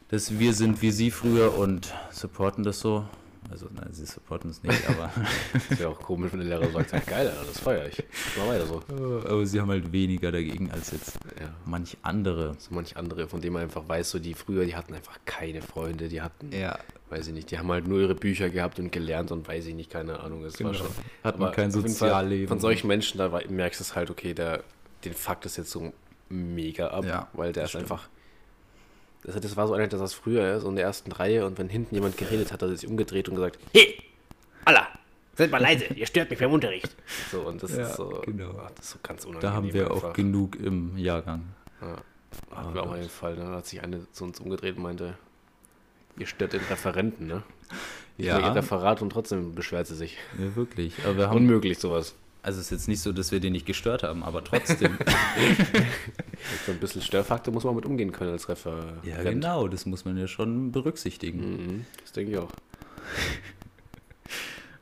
[SPEAKER 1] dass wir sind wie sie früher und supporten das so. Also, nein, sie supporten es nicht, aber,
[SPEAKER 2] Das wäre auch komisch, wenn der Lehrer sagt, ja, geil, Alter, das feiere ich. Mal weiter so.
[SPEAKER 1] aber sie haben halt weniger dagegen als jetzt
[SPEAKER 2] Ja.
[SPEAKER 1] manch andere.
[SPEAKER 2] So manch andere, von dem man einfach weiß, so die früher, die hatten einfach keine Freunde, die hatten,
[SPEAKER 1] Ja,
[SPEAKER 2] weiß ich nicht, die haben halt nur ihre Bücher gehabt und gelernt und weiß ich nicht, keine Ahnung. Es war
[SPEAKER 1] Genau.
[SPEAKER 2] schon,
[SPEAKER 1] Hat man
[SPEAKER 2] aber
[SPEAKER 1] kein
[SPEAKER 2] auf jeden Fall
[SPEAKER 1] Sozialleben.
[SPEAKER 2] Von solchen Menschen, da wei- merkst du es halt, okay, der, den fuckt es jetzt so mega ab,
[SPEAKER 1] Ja,
[SPEAKER 2] weil der
[SPEAKER 1] das
[SPEAKER 2] ist
[SPEAKER 1] stimmt.
[SPEAKER 2] einfach. Das, das war so einer, der saß früher so in der ersten Reihe und wenn hinten jemand geredet hat, hat er sich umgedreht und gesagt, hey, Allah, seid mal leise, ihr stört mich beim Unterricht. So, und das
[SPEAKER 1] Ja,
[SPEAKER 2] ist so,
[SPEAKER 1] genau.
[SPEAKER 2] ah, das ist so ganz unangenehm.
[SPEAKER 1] da haben wir auch
[SPEAKER 2] einfach.
[SPEAKER 1] genug im Jahrgang.
[SPEAKER 2] Hatten
[SPEAKER 1] Oh
[SPEAKER 2] wir auch mal
[SPEAKER 1] Gott.
[SPEAKER 2] den Fall, ne? da hat sich eine zu uns umgedreht und meinte, ihr stört den Referenten, ne? Ich ja. ihr
[SPEAKER 1] Ja,
[SPEAKER 2] Referat und trotzdem beschwert sie sich.
[SPEAKER 1] ja wirklich. Aber wir haben,
[SPEAKER 2] Unmöglich sowas.
[SPEAKER 1] also es ist jetzt nicht so, dass wir den nicht gestört haben, aber trotzdem.
[SPEAKER 2] So ein bisschen Störfaktor muss man mit umgehen können als Referent.
[SPEAKER 1] ja, genau, das muss man ja schon berücksichtigen.
[SPEAKER 2] Mhm, das denke ich auch.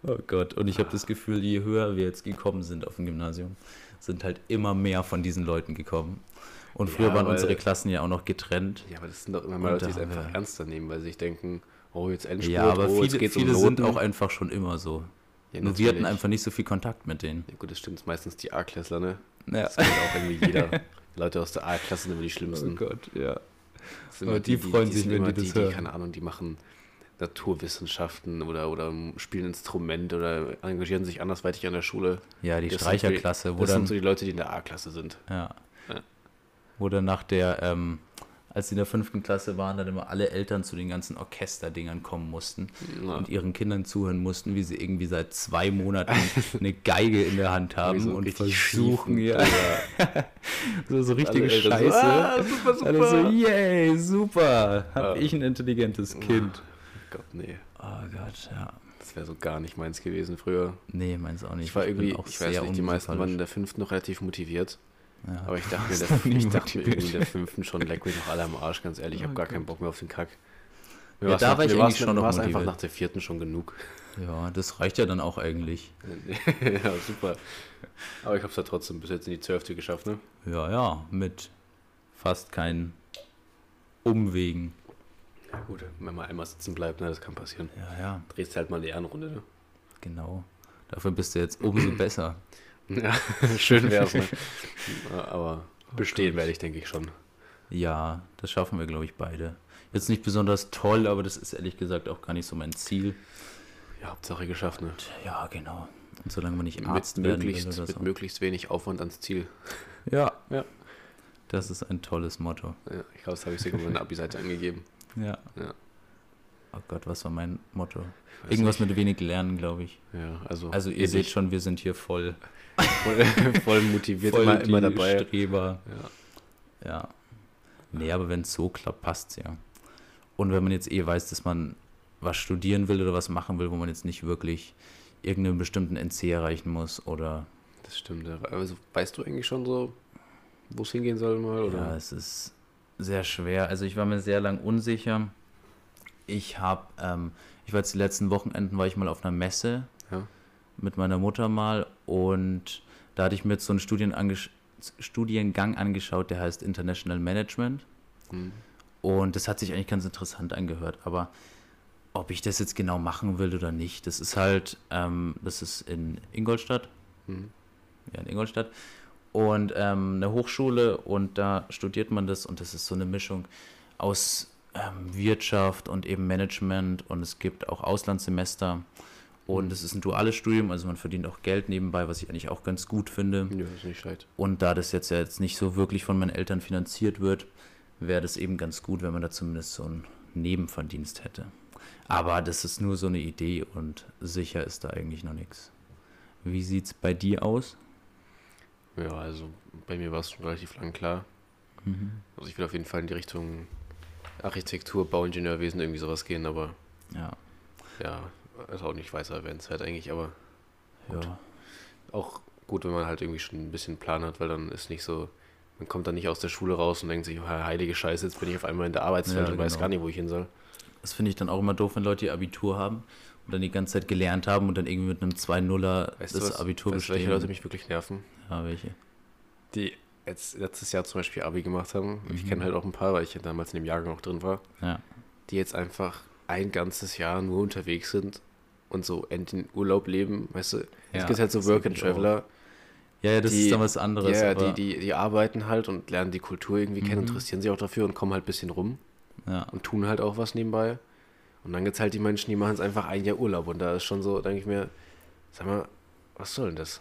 [SPEAKER 1] Oh Gott, und ich habe das Gefühl, je höher wir jetzt gekommen sind auf dem Gymnasium, sind halt immer mehr von diesen Leuten gekommen. Und früher
[SPEAKER 2] Ja,
[SPEAKER 1] waren
[SPEAKER 2] weil-
[SPEAKER 1] unsere Klassen ja auch noch getrennt.
[SPEAKER 2] Ja, aber das sind doch immer mal
[SPEAKER 1] Und
[SPEAKER 2] Leute,
[SPEAKER 1] da
[SPEAKER 2] die es
[SPEAKER 1] haben
[SPEAKER 2] einfach
[SPEAKER 1] wir-
[SPEAKER 2] ernster nehmen, weil sie sich denken, oh, jetzt Endspurt,
[SPEAKER 1] Ja, aber
[SPEAKER 2] oh, jetzt
[SPEAKER 1] viele,
[SPEAKER 2] geht's um
[SPEAKER 1] viele sind
[SPEAKER 2] Noten.
[SPEAKER 1] auch einfach schon immer so.
[SPEAKER 2] Ja,
[SPEAKER 1] Nur wir hatten
[SPEAKER 2] natürlich.
[SPEAKER 1] einfach nicht so viel Kontakt mit denen.
[SPEAKER 2] Ja, gut, das stimmt, das ist meistens die A-Klassler, ne?
[SPEAKER 1] Ja.
[SPEAKER 2] Das kennt auch irgendwie jeder. Leute aus der A-Klasse sind immer die schlimmsten.
[SPEAKER 1] Gott, ja.
[SPEAKER 2] Das sind halt
[SPEAKER 1] Aber
[SPEAKER 2] immer
[SPEAKER 1] die freuen sich,
[SPEAKER 2] sind
[SPEAKER 1] wenn
[SPEAKER 2] immer
[SPEAKER 1] die das hören.
[SPEAKER 2] Keine Ahnung, die machen Naturwissenschaften oder, oder spielen Instrument oder engagieren sich andersweitig an der Schule.
[SPEAKER 1] Ja, die
[SPEAKER 2] Das sind so
[SPEAKER 1] Streicherklasse,
[SPEAKER 2] Das
[SPEAKER 1] wo dann,
[SPEAKER 2] sind so die Leute, die in der A-Klasse sind.
[SPEAKER 1] ja,
[SPEAKER 2] Ja.
[SPEAKER 1] wo dann nach der, ähm, als sie in der fünften Klasse waren, dann immer alle Eltern zu den ganzen Orchesterdingern kommen mussten.
[SPEAKER 2] Ja.
[SPEAKER 1] und ihren Kindern zuhören mussten, wie sie irgendwie seit zwei Monaten eine Geige in der Hand haben
[SPEAKER 2] so
[SPEAKER 1] und
[SPEAKER 2] richtig
[SPEAKER 1] versuchen,
[SPEAKER 2] schiefen,
[SPEAKER 1] ja. so, so richtige
[SPEAKER 2] Alle Eltern so,
[SPEAKER 1] Scheiße.
[SPEAKER 2] "Ah, super, super.
[SPEAKER 1] Alle so, yay, super, hab
[SPEAKER 2] Ja.
[SPEAKER 1] ich ein intelligentes Kind.
[SPEAKER 2] Gott, nee.
[SPEAKER 1] Oh Gott, ja.
[SPEAKER 2] Das wäre so gar nicht meins gewesen früher.
[SPEAKER 1] Nee, meins auch nicht.
[SPEAKER 2] Ich war
[SPEAKER 1] bin
[SPEAKER 2] irgendwie,
[SPEAKER 1] auch
[SPEAKER 2] ich weiß
[SPEAKER 1] sehr
[SPEAKER 2] nicht, die meisten waren in
[SPEAKER 1] unmusikalisch.
[SPEAKER 2] der fünften noch relativ motiviert.
[SPEAKER 1] Ja.
[SPEAKER 2] Aber ich dachte mir,
[SPEAKER 1] warst
[SPEAKER 2] der,
[SPEAKER 1] noch nie
[SPEAKER 2] ich dachte mir
[SPEAKER 1] motiviert.
[SPEAKER 2] irgendwie in der fünften schon, leck mich noch alle am Arsch, ganz ehrlich, ich habe
[SPEAKER 1] Oh
[SPEAKER 2] gar
[SPEAKER 1] Gott.
[SPEAKER 2] keinen Bock mehr auf den Kack.
[SPEAKER 1] Ja, da
[SPEAKER 2] war's-
[SPEAKER 1] war ich
[SPEAKER 2] war's-
[SPEAKER 1] eigentlich schon
[SPEAKER 2] mir
[SPEAKER 1] noch
[SPEAKER 2] war's einfach
[SPEAKER 1] motiviert.
[SPEAKER 2] nach der vierten schon genug.
[SPEAKER 1] ja, das reicht ja dann auch eigentlich.
[SPEAKER 2] ja, super. Aber ich habe es ja trotzdem bis jetzt in die Zwölfte geschafft, ne?
[SPEAKER 1] Ja, ja, mit fast keinen Umwegen.
[SPEAKER 2] Ja, gut. Wenn man einmal sitzen bleibt, ne, das kann passieren.
[SPEAKER 1] Ja, ja,
[SPEAKER 2] Drehst halt mal eine Ehrenrunde, ne?
[SPEAKER 1] genau. Dafür bist du jetzt umso besser.
[SPEAKER 2] Ja, schön wär's, ne? Ja, Aber
[SPEAKER 1] Oh
[SPEAKER 2] bestehen werde ich, denke ich schon.
[SPEAKER 1] Ja, das schaffen wir, glaube ich, beide. Jetzt nicht besonders toll, aber das ist ehrlich gesagt auch gar nicht so mein Ziel.
[SPEAKER 2] Ja, Hauptsache geschafft, ne?
[SPEAKER 1] Ja, genau. Und solange man nicht Arzt
[SPEAKER 2] mit,
[SPEAKER 1] werden
[SPEAKER 2] möglichst,
[SPEAKER 1] will oder
[SPEAKER 2] mit
[SPEAKER 1] so.
[SPEAKER 2] möglichst wenig Aufwand ans Ziel.
[SPEAKER 1] Ja.
[SPEAKER 2] Ja.
[SPEAKER 1] Das ist ein tolles Motto.
[SPEAKER 2] Ja, ich glaube, das habe ich sogar auf meiner Abi-Seite angegeben.
[SPEAKER 1] Ja.
[SPEAKER 2] Ja.
[SPEAKER 1] Oh Gott, was war mein Motto?
[SPEAKER 2] weiß
[SPEAKER 1] Irgendwas mit wenig lernen, glaube ich.
[SPEAKER 2] Ja, also,
[SPEAKER 1] Also ihr
[SPEAKER 2] bin
[SPEAKER 1] seht
[SPEAKER 2] ich
[SPEAKER 1] schon, wir sind hier voll,
[SPEAKER 2] voll, voll motiviert,
[SPEAKER 1] voll
[SPEAKER 2] immer,
[SPEAKER 1] die
[SPEAKER 2] immer dabei.
[SPEAKER 1] Streber.
[SPEAKER 2] Ja.
[SPEAKER 1] Ja. Nee, aber wenn es so klappt, passt's ja. Und wenn man jetzt eh weiß, dass man was studieren will oder was machen will, wo man jetzt nicht wirklich irgendeinen bestimmten NC erreichen muss oder
[SPEAKER 2] Das stimmt. ja. Also, weißt du eigentlich schon so, wo es hingehen soll mal? Oder?
[SPEAKER 1] Ja, es ist sehr schwer. Also ich war mir sehr lang unsicher. Ich habe, ähm, ich war jetzt die letzten Wochenenden, war ich mal auf einer Messe
[SPEAKER 2] Ja.
[SPEAKER 1] mit meiner Mutter mal und da hatte ich mir jetzt so einen Studienangesch- Studiengang angeschaut, der heißt International Management.
[SPEAKER 2] Hm.
[SPEAKER 1] Und das hat sich eigentlich ganz interessant angehört. Aber ob ich das jetzt genau machen will oder nicht, das ist halt, ähm, das ist in Ingolstadt.
[SPEAKER 2] Mhm.
[SPEAKER 1] Ja, in Ingolstadt. und ähm, eine Hochschule und da studiert man das und das ist so eine Mischung aus ähm, Wirtschaft und eben Management und es gibt auch Auslandssemester und es ist ein duales Studium, also man verdient auch Geld nebenbei, was ich eigentlich auch ganz gut finde.
[SPEAKER 2] Ja, ist nicht schlecht.
[SPEAKER 1] Und da das jetzt ja jetzt nicht so wirklich von meinen Eltern finanziert wird, wäre das eben ganz gut, wenn man da zumindest so einen Nebenverdienst hätte. Aber das ist nur so eine Idee und sicher ist da eigentlich noch nichts. Wie sieht's bei dir aus?
[SPEAKER 2] Ja, also bei mir war es schon relativ lang klar.
[SPEAKER 1] Mhm.
[SPEAKER 2] Also ich will auf jeden Fall in die Richtung Architektur, Bauingenieurwesen, irgendwie sowas gehen, aber
[SPEAKER 1] Ja.
[SPEAKER 2] ja, ist auch nicht weiter erwähnenswert eigentlich, aber
[SPEAKER 1] ja.
[SPEAKER 2] auch gut, wenn man halt irgendwie schon ein bisschen Plan hat, weil dann ist nicht so, man kommt dann nicht aus der Schule raus und denkt sich, oh, heilige Scheiße, jetzt bin ich auf einmal in der Arbeitswelt
[SPEAKER 1] Ja,
[SPEAKER 2] und weiß
[SPEAKER 1] genau.
[SPEAKER 2] gar nicht, wo ich hin soll.
[SPEAKER 1] Das finde ich dann auch immer doof, wenn Leute ihr Abitur haben und dann die ganze Zeit gelernt haben und dann irgendwie mit einem 2-0er
[SPEAKER 2] Weißt du,
[SPEAKER 1] das
[SPEAKER 2] was,
[SPEAKER 1] Abitur
[SPEAKER 2] weißt du,
[SPEAKER 1] bestehen.
[SPEAKER 2] welche Leute mich wirklich nerven?
[SPEAKER 1] ja, welche?
[SPEAKER 2] Die jetzt letztes Jahr zum Beispiel Abi gemacht haben. Ich
[SPEAKER 1] Mhm.
[SPEAKER 2] kenne halt auch ein paar, weil ich ja damals in dem Jahrgang auch drin war,
[SPEAKER 1] Ja.
[SPEAKER 2] die jetzt einfach ein ganzes Jahr nur unterwegs sind und so end in Urlaub leben, weißt du.
[SPEAKER 1] Ja,
[SPEAKER 2] es gibt halt so
[SPEAKER 1] das
[SPEAKER 2] Work
[SPEAKER 1] kenn
[SPEAKER 2] and
[SPEAKER 1] ich auch.
[SPEAKER 2] Traveler,
[SPEAKER 1] Ja, ja, das
[SPEAKER 2] Die-
[SPEAKER 1] ist dann was anderes.
[SPEAKER 2] ja,
[SPEAKER 1] aber, Mhm.
[SPEAKER 2] die, die, die arbeiten halt und lernen die Kultur irgendwie kennen, interessieren sich auch dafür und kommen halt ein bisschen rum.
[SPEAKER 1] ja.
[SPEAKER 2] und tun halt auch was nebenbei. Und dann gibt es halt die Menschen, die machen es einfach ein Jahr Urlaub. Und da ist schon so, denke ich mir, sag mal, was soll denn das?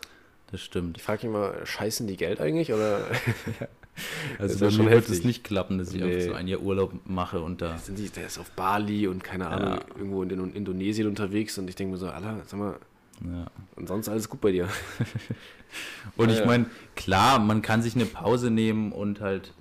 [SPEAKER 1] Das stimmt.
[SPEAKER 2] Ich frage mich mal, scheißen die Geld eigentlich? Oder
[SPEAKER 1] Also
[SPEAKER 2] ist
[SPEAKER 1] bei
[SPEAKER 2] ja schon
[SPEAKER 1] mir wird es
[SPEAKER 2] heftig.
[SPEAKER 1] nicht klappen, dass ich
[SPEAKER 2] Nee.
[SPEAKER 1] einfach so ein Jahr Urlaub mache und da.
[SPEAKER 2] sind die, der ist auf Bali und keine Ahnung,
[SPEAKER 1] Ja.
[SPEAKER 2] irgendwo in, den, Indonesien unterwegs? Und ich denke mir so, Alter, sag mal,
[SPEAKER 1] Ja.
[SPEAKER 2] und sonst alles gut bei dir.
[SPEAKER 1] Und
[SPEAKER 2] Ja,
[SPEAKER 1] ich
[SPEAKER 2] ja.
[SPEAKER 1] meine, klar, man kann sich eine Pause nehmen und halt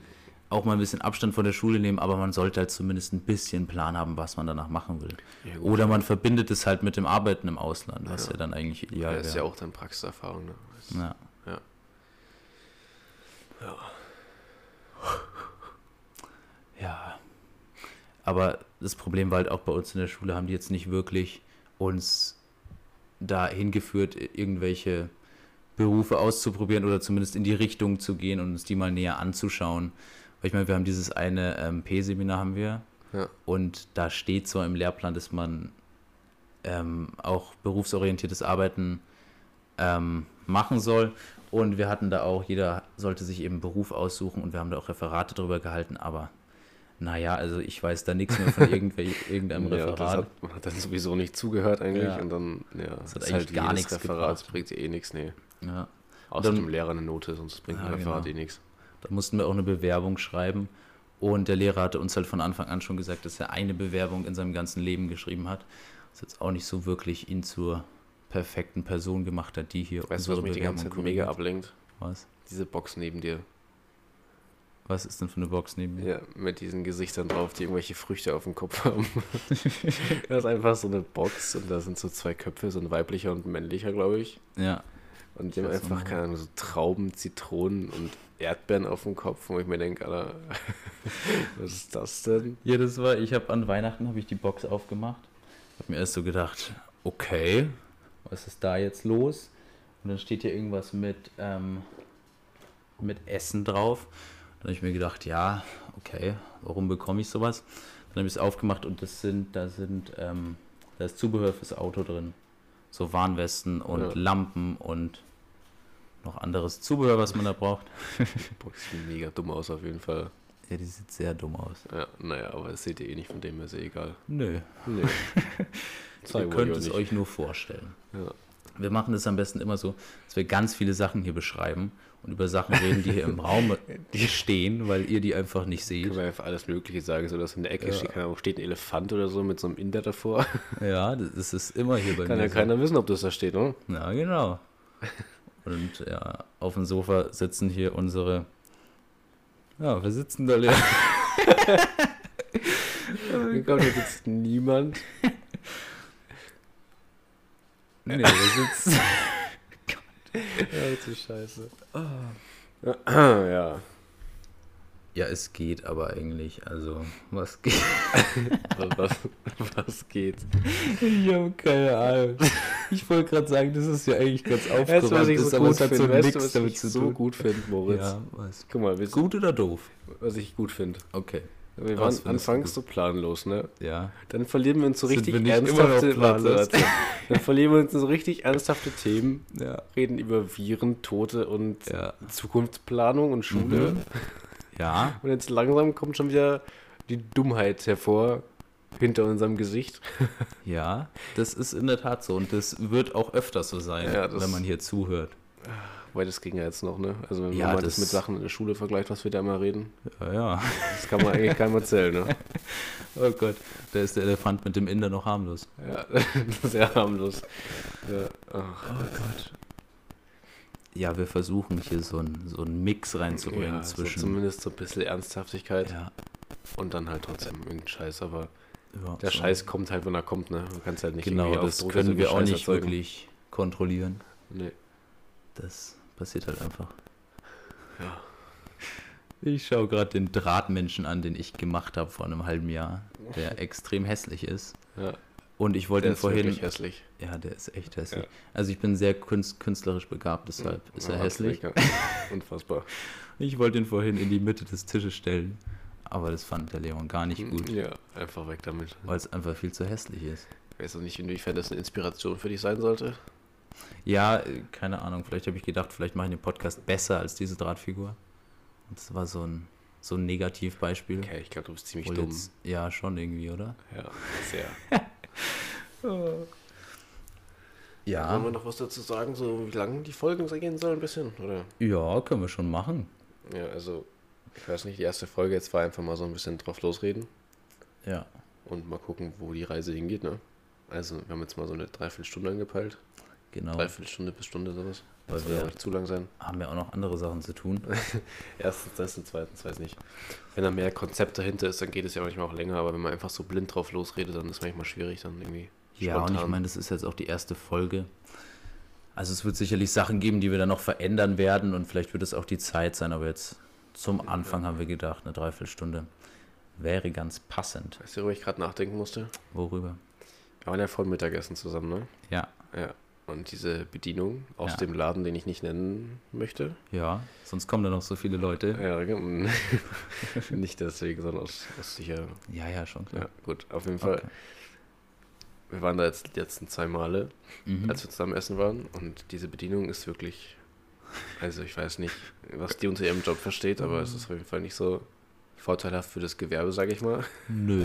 [SPEAKER 1] auch mal ein bisschen Abstand von der Schule nehmen, aber man sollte halt zumindest ein bisschen Plan haben, was man danach machen will.
[SPEAKER 2] Ja, gut.
[SPEAKER 1] Oder man verbindet es halt mit dem Arbeiten im Ausland, was ja, dann eigentlich
[SPEAKER 2] Ja,
[SPEAKER 1] ideal
[SPEAKER 2] das ist ja
[SPEAKER 1] wäre.
[SPEAKER 2] auch dann Praxiserfahrung. Ne?
[SPEAKER 1] Ja.
[SPEAKER 2] Ja.
[SPEAKER 1] Ja. Aber das Problem war halt auch bei uns in der Schule, haben die jetzt nicht wirklich uns da hingeführt, irgendwelche Berufe auszuprobieren oder zumindest in die Richtung zu gehen und uns die mal näher anzuschauen. Weil ich meine, wir haben dieses eine ähm, P-Seminar haben wir
[SPEAKER 2] Ja.
[SPEAKER 1] und da steht zwar im Lehrplan, dass man ähm, auch berufsorientiertes Arbeiten ähm, machen soll. Und wir hatten da auch, jeder sollte sich eben einen Beruf aussuchen und wir haben da auch Referate drüber gehalten, aber naja, also ich weiß da nichts mehr von irgendwel- irgendeinem
[SPEAKER 2] Ja, das
[SPEAKER 1] Referat.
[SPEAKER 2] hat, man hat dann sowieso nicht zugehört eigentlich.
[SPEAKER 1] Ja.
[SPEAKER 2] Und dann, ja, das
[SPEAKER 1] hat
[SPEAKER 2] ist
[SPEAKER 1] eigentlich
[SPEAKER 2] halt
[SPEAKER 1] gar
[SPEAKER 2] jedes
[SPEAKER 1] nichts
[SPEAKER 2] Referat,
[SPEAKER 1] gebracht.
[SPEAKER 2] bringt eh nichts, nee.
[SPEAKER 1] ja.
[SPEAKER 2] Außer
[SPEAKER 1] Dann-
[SPEAKER 2] dem Lehrer eine Note, sonst bringt
[SPEAKER 1] Ja,
[SPEAKER 2] ein Referat
[SPEAKER 1] genau.
[SPEAKER 2] eh nichts.
[SPEAKER 1] Da mussten wir auch eine Bewerbung schreiben. Und der Lehrer hatte uns halt von Anfang an schon gesagt, dass er eine Bewerbung in seinem ganzen Leben geschrieben hat. Was jetzt auch nicht so wirklich ihn zur perfekten Person gemacht hat, die hier
[SPEAKER 2] Weißt du, was mich die ganze Zeit mega
[SPEAKER 1] korrigiert.
[SPEAKER 2] ablenkt?
[SPEAKER 1] Was?
[SPEAKER 2] Diese Box neben dir.
[SPEAKER 1] Was ist denn für eine Box neben mir?
[SPEAKER 2] Ja, mit diesen Gesichtern drauf, die irgendwelche Früchte auf dem Kopf haben. das ist einfach so eine Box und da sind so zwei Köpfe, so ein weiblicher und ein männlicher, glaube ich.
[SPEAKER 1] Ja.
[SPEAKER 2] Und die haben
[SPEAKER 1] weiß noch
[SPEAKER 2] einfach,
[SPEAKER 1] nicht.
[SPEAKER 2] keine Ahnung, so Trauben, Zitronen und Erdbeeren auf dem Kopf, wo ich mir denke, Alter, was ist das denn?
[SPEAKER 1] Ja, das war, ich habe an Weihnachten habe ich die Box aufgemacht. Habe mir erst so gedacht, okay, was ist da jetzt los? Und dann steht hier irgendwas mit, ähm, mit Essen drauf. Dann habe ich mir gedacht, ja, okay, warum bekomme ich sowas? Dann habe ich es aufgemacht und das sind, da sind, ähm, da ist Zubehör fürs Auto drin. So Warnwesten und
[SPEAKER 2] Ja.
[SPEAKER 1] Lampen und noch anderes Zubehör, was man da braucht.
[SPEAKER 2] Die Box sieht mega dumm aus auf jeden Fall.
[SPEAKER 1] Ja, die sieht sehr dumm aus.
[SPEAKER 2] Ja, naja, aber das seht ihr eh nicht, von dem her ist eh egal.
[SPEAKER 1] Nö,
[SPEAKER 2] Nee.
[SPEAKER 1] Ihr
[SPEAKER 2] Zeigen wollt
[SPEAKER 1] könnt
[SPEAKER 2] auch
[SPEAKER 1] es
[SPEAKER 2] nicht.
[SPEAKER 1] euch nur vorstellen.
[SPEAKER 2] Ja.
[SPEAKER 1] Wir machen das am besten immer so, dass wir ganz viele Sachen hier beschreiben und über Sachen reden, die hier im Raum stehen, weil ihr die einfach nicht seht.
[SPEAKER 2] Können wir einfach alles Mögliche sagen, so dass in der Ecke
[SPEAKER 1] Ja.
[SPEAKER 2] steht, keine Ahnung, steht ein Elefant oder so mit so einem Inder davor.
[SPEAKER 1] Ja, das ist immer hier bei
[SPEAKER 2] Kann
[SPEAKER 1] mir.
[SPEAKER 2] ja
[SPEAKER 1] so.
[SPEAKER 2] keiner wissen, ob das da steht, ne? oder?
[SPEAKER 1] Ja, genau. Und ja, auf dem Sofa sitzen hier unsere. Ja, wir sitzen da leer.
[SPEAKER 2] Ich glaube, da sitzt niemand.
[SPEAKER 1] Nee, wir sitzen.
[SPEAKER 2] Alte Scheiße. ja.
[SPEAKER 1] Ja, es geht aber eigentlich. Also, was geht?
[SPEAKER 2] Was, was geht?
[SPEAKER 1] Ich habe keine Ahnung. Ich wollte gerade sagen, das ist ja eigentlich ganz
[SPEAKER 2] Weißt du, was ich
[SPEAKER 1] ist,
[SPEAKER 2] so
[SPEAKER 1] aber
[SPEAKER 2] gut
[SPEAKER 1] es hat so
[SPEAKER 2] finde? Weißt du,
[SPEAKER 1] nichts
[SPEAKER 2] was
[SPEAKER 1] damit
[SPEAKER 2] ich
[SPEAKER 1] zu
[SPEAKER 2] so
[SPEAKER 1] tun.
[SPEAKER 2] gut finde, Moritz?
[SPEAKER 1] Ja, was?
[SPEAKER 2] Guck mal, willst,
[SPEAKER 1] Gut oder doof?
[SPEAKER 2] was ich gut finde.
[SPEAKER 1] Okay. Was
[SPEAKER 2] Wir waren
[SPEAKER 1] findest du
[SPEAKER 2] anfangs so planlos, ne?
[SPEAKER 1] Ja.
[SPEAKER 2] Dann verlieren wir uns so
[SPEAKER 1] Sind
[SPEAKER 2] richtig
[SPEAKER 1] wir nicht immer noch
[SPEAKER 2] ernsthafte warte,
[SPEAKER 1] planlos?
[SPEAKER 2] warte. Dann verlieren wir uns in so richtig ernsthafte Themen,
[SPEAKER 1] Ja.
[SPEAKER 2] reden über Viren, Tote und
[SPEAKER 1] Ja.
[SPEAKER 2] Zukunftsplanung und Schule.
[SPEAKER 1] Mhm. Ja.
[SPEAKER 2] Und jetzt langsam kommt schon wieder die Dummheit hervor hinter unserem Gesicht.
[SPEAKER 1] Ja. Das ist in der Tat so und das wird auch öfter so sein,
[SPEAKER 2] Ja, das-
[SPEAKER 1] wenn man hier zuhört.
[SPEAKER 2] Weil das ging ja jetzt noch, ne? Also wenn
[SPEAKER 1] Ja,
[SPEAKER 2] man mal das,
[SPEAKER 1] das-
[SPEAKER 2] mit Sachen in der Schule vergleicht, was wir da immer reden,
[SPEAKER 1] Ja, ja.
[SPEAKER 2] das kann man eigentlich keinem erzählen, ne?
[SPEAKER 1] Oh Gott. Da ist der Elefant mit dem Inder noch harmlos.
[SPEAKER 2] Ja, sehr harmlos. Ja, ach,
[SPEAKER 1] Ja, wir versuchen hier so einen so einen Mix reinzubringen
[SPEAKER 2] ja, so
[SPEAKER 1] zwischen.
[SPEAKER 2] zumindest so ein bisschen Ernsthaftigkeit
[SPEAKER 1] Also ja,
[SPEAKER 2] und dann halt trotzdem irgendein Scheiß, aber
[SPEAKER 1] ja,
[SPEAKER 2] der
[SPEAKER 1] so.
[SPEAKER 2] Scheiß kommt halt, wenn er kommt, ne? Man kann es halt nicht
[SPEAKER 1] Genau,
[SPEAKER 2] irgendwie auf
[SPEAKER 1] das
[SPEAKER 2] Druck
[SPEAKER 1] können
[SPEAKER 2] irgendwie
[SPEAKER 1] wir auch
[SPEAKER 2] Scheiß
[SPEAKER 1] nicht
[SPEAKER 2] erzeugen.
[SPEAKER 1] wirklich kontrollieren.
[SPEAKER 2] Nee.
[SPEAKER 1] Das passiert halt einfach.
[SPEAKER 2] Ja.
[SPEAKER 1] Ich schaue gerade den Drahtmenschen an, den ich gemacht habe vor einem halben Jahr, der extrem hässlich ist.
[SPEAKER 2] Ja,
[SPEAKER 1] Und ich wollte
[SPEAKER 2] der
[SPEAKER 1] ihn
[SPEAKER 2] ist vorhin
[SPEAKER 1] vorhin.
[SPEAKER 2] wirklich hässlich.
[SPEAKER 1] Ja, der ist echt hässlich.
[SPEAKER 2] Ja.
[SPEAKER 1] Also ich bin sehr kunst, künstlerisch begabt, deshalb ist er
[SPEAKER 2] Ja,
[SPEAKER 1] hässlich.
[SPEAKER 2] ja. Unfassbar.
[SPEAKER 1] Ich wollte ihn vorhin in die Mitte des Tisches stellen, aber das fand der Leon gar nicht gut,
[SPEAKER 2] Ja, einfach weg damit.
[SPEAKER 1] weil es einfach viel zu hässlich ist.
[SPEAKER 2] Ich weiß auch nicht, inwiefern das eine Inspiration für dich sein sollte.
[SPEAKER 1] Ja, äh, keine Ahnung, vielleicht habe ich gedacht, vielleicht mache ich den Podcast besser als diese Drahtfigur. Und das war so ein, so ein Negativbeispiel.
[SPEAKER 2] Okay, ich glaube, du bist ziemlich
[SPEAKER 1] Obwohl
[SPEAKER 2] dumm.
[SPEAKER 1] jetzt- ja, schon irgendwie, oder?
[SPEAKER 2] Ja, sehr. Sollen
[SPEAKER 1] Ja,
[SPEAKER 2] wir noch was dazu sagen, so wie lange die Folgen gehen sollen, ein bisschen? Oder?
[SPEAKER 1] ja, können wir schon machen.
[SPEAKER 2] Ja, also, ich weiß nicht, die erste Folge jetzt war einfach mal so ein bisschen drauf losreden
[SPEAKER 1] Ja.
[SPEAKER 2] und mal gucken, wo die Reise hingeht, ne? Also, wir haben jetzt mal so eine Dreiviertelstunde angepeilt.
[SPEAKER 1] Genau,
[SPEAKER 2] Dreiviertelstunde bis Stunde sowas.
[SPEAKER 1] weil
[SPEAKER 2] Das soll ja
[SPEAKER 1] wir
[SPEAKER 2] nicht zu lang sein.
[SPEAKER 1] haben ja auch noch andere Sachen zu tun.
[SPEAKER 2] Erstens das und zweitens, weiß nicht. Wenn da mehr Konzept dahinter ist, dann geht es ja manchmal auch länger, aber wenn man einfach so blind drauf losredet, dann ist manchmal schwierig, dann irgendwie.
[SPEAKER 1] Ja, und ich
[SPEAKER 2] spontan.
[SPEAKER 1] meine, das ist jetzt auch die erste Folge. Also es wird sicherlich Sachen geben, die wir dann noch verändern werden und vielleicht wird es auch die Zeit sein, aber jetzt zum Anfang haben wir gedacht, eine Dreiviertelstunde wäre ganz passend.
[SPEAKER 2] Weißt du, worüber ich gerade nachdenken musste?
[SPEAKER 1] Worüber?
[SPEAKER 2] Wir waren ja vorhin Mittagessen zusammen, ne?
[SPEAKER 1] Ja,
[SPEAKER 2] Ja. Und diese Bedienung aus
[SPEAKER 1] Ja.
[SPEAKER 2] dem Laden, den ich nicht nennen möchte.
[SPEAKER 1] ja, sonst kommen da noch so viele Leute.
[SPEAKER 2] Ja, genau. nicht deswegen, sondern aus, aus sicher.
[SPEAKER 1] Ja, ja, schon
[SPEAKER 2] Ja,
[SPEAKER 1] klar.
[SPEAKER 2] gut. Auf jeden Fall.
[SPEAKER 1] Okay.
[SPEAKER 2] Wir waren da jetzt die letzten zwei Male,
[SPEAKER 1] Mhm.
[SPEAKER 2] als wir zusammen essen waren. Und diese Bedienung ist wirklich. Also, ich weiß nicht, was die unter ihrem Job versteht, aber es ist auf jeden Fall nicht so vorteilhaft für das Gewerbe, sage ich mal.
[SPEAKER 1] Nö.